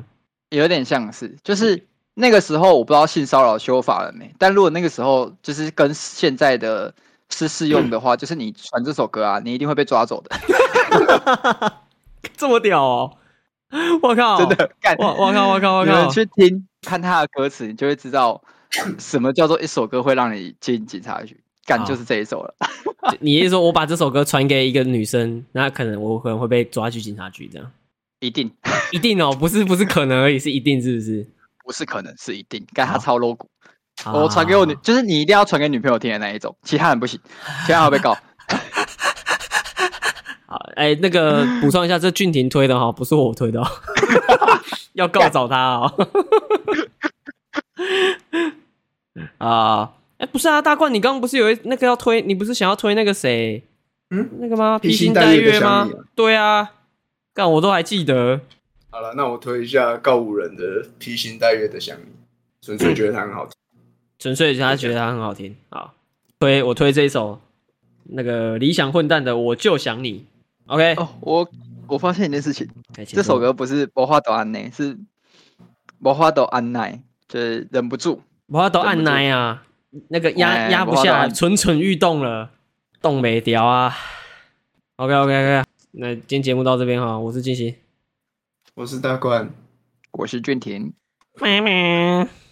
[SPEAKER 1] 嗯
[SPEAKER 3] 有点像是，就是那个时候我不知道性骚扰修法了没，但如果那个时候就是跟现在的是适用的
[SPEAKER 1] 嗯
[SPEAKER 3] 话，就是你传这首歌啊，你一定会被抓走的，
[SPEAKER 1] 这么屌哦！我靠，
[SPEAKER 3] 真，的。干，
[SPEAKER 1] 我我哦靠，我靠，我
[SPEAKER 3] 你
[SPEAKER 1] 靠
[SPEAKER 3] 们！去听看他的歌词，你就会知道什么叫做一首歌会让你进警察局。干
[SPEAKER 1] 好
[SPEAKER 3] 就是这一首了，
[SPEAKER 1] 你是说我把这首歌传给一个女生，那可能我可能会被抓去警察局这样？
[SPEAKER 3] 一定
[SPEAKER 1] 一定哦，不是不是可能而已，是一定是不是？
[SPEAKER 3] 不是可能是一定。干他
[SPEAKER 1] 好
[SPEAKER 3] 超 low 骨，
[SPEAKER 1] 哦
[SPEAKER 3] 我哦传给我女，就是你一定要传给女朋友听的那一种，其他人不行，其他人 会被告。
[SPEAKER 1] 好，哎、那个补充一下，这俊廷推的哈，不是我推的、哦， 要告找他哦。 啊，哎，不是啊，大冠，你刚刚不是有一那个要推，你不是想要推那个谁？
[SPEAKER 2] 嗯，
[SPEAKER 1] 那个吗？
[SPEAKER 2] 披
[SPEAKER 1] 披
[SPEAKER 2] 星
[SPEAKER 1] 星
[SPEAKER 2] 戴
[SPEAKER 1] 戴
[SPEAKER 2] 月的
[SPEAKER 1] 月
[SPEAKER 2] 想
[SPEAKER 1] 吗
[SPEAKER 2] 你啊？
[SPEAKER 1] 对啊，干我都还记得。
[SPEAKER 2] 好了，那我推一下告五人的披星戴月的想你，纯粹觉得它很好听。
[SPEAKER 1] 纯粹是他觉得它很好听。好，推我推这一首那个理想混蛋的《我就想你》。OK，、
[SPEAKER 3] 哦，我我发现一件事情，
[SPEAKER 1] 哎请
[SPEAKER 3] 这首
[SPEAKER 1] 说
[SPEAKER 3] 歌不是《魔花斗安内》，是《魔花斗安奈》，就是忍不住。
[SPEAKER 1] 我要都按奶啊，那个压
[SPEAKER 3] 哎
[SPEAKER 1] 压不
[SPEAKER 3] 我要都
[SPEAKER 1] 下来，
[SPEAKER 3] 按
[SPEAKER 1] 蠢蠢欲动了，动没掉啊。OK OK OK，那今天节目到这边哈，我是金喜，
[SPEAKER 2] 我是大冠。
[SPEAKER 3] 我是俊廷。
[SPEAKER 1] 拜拜。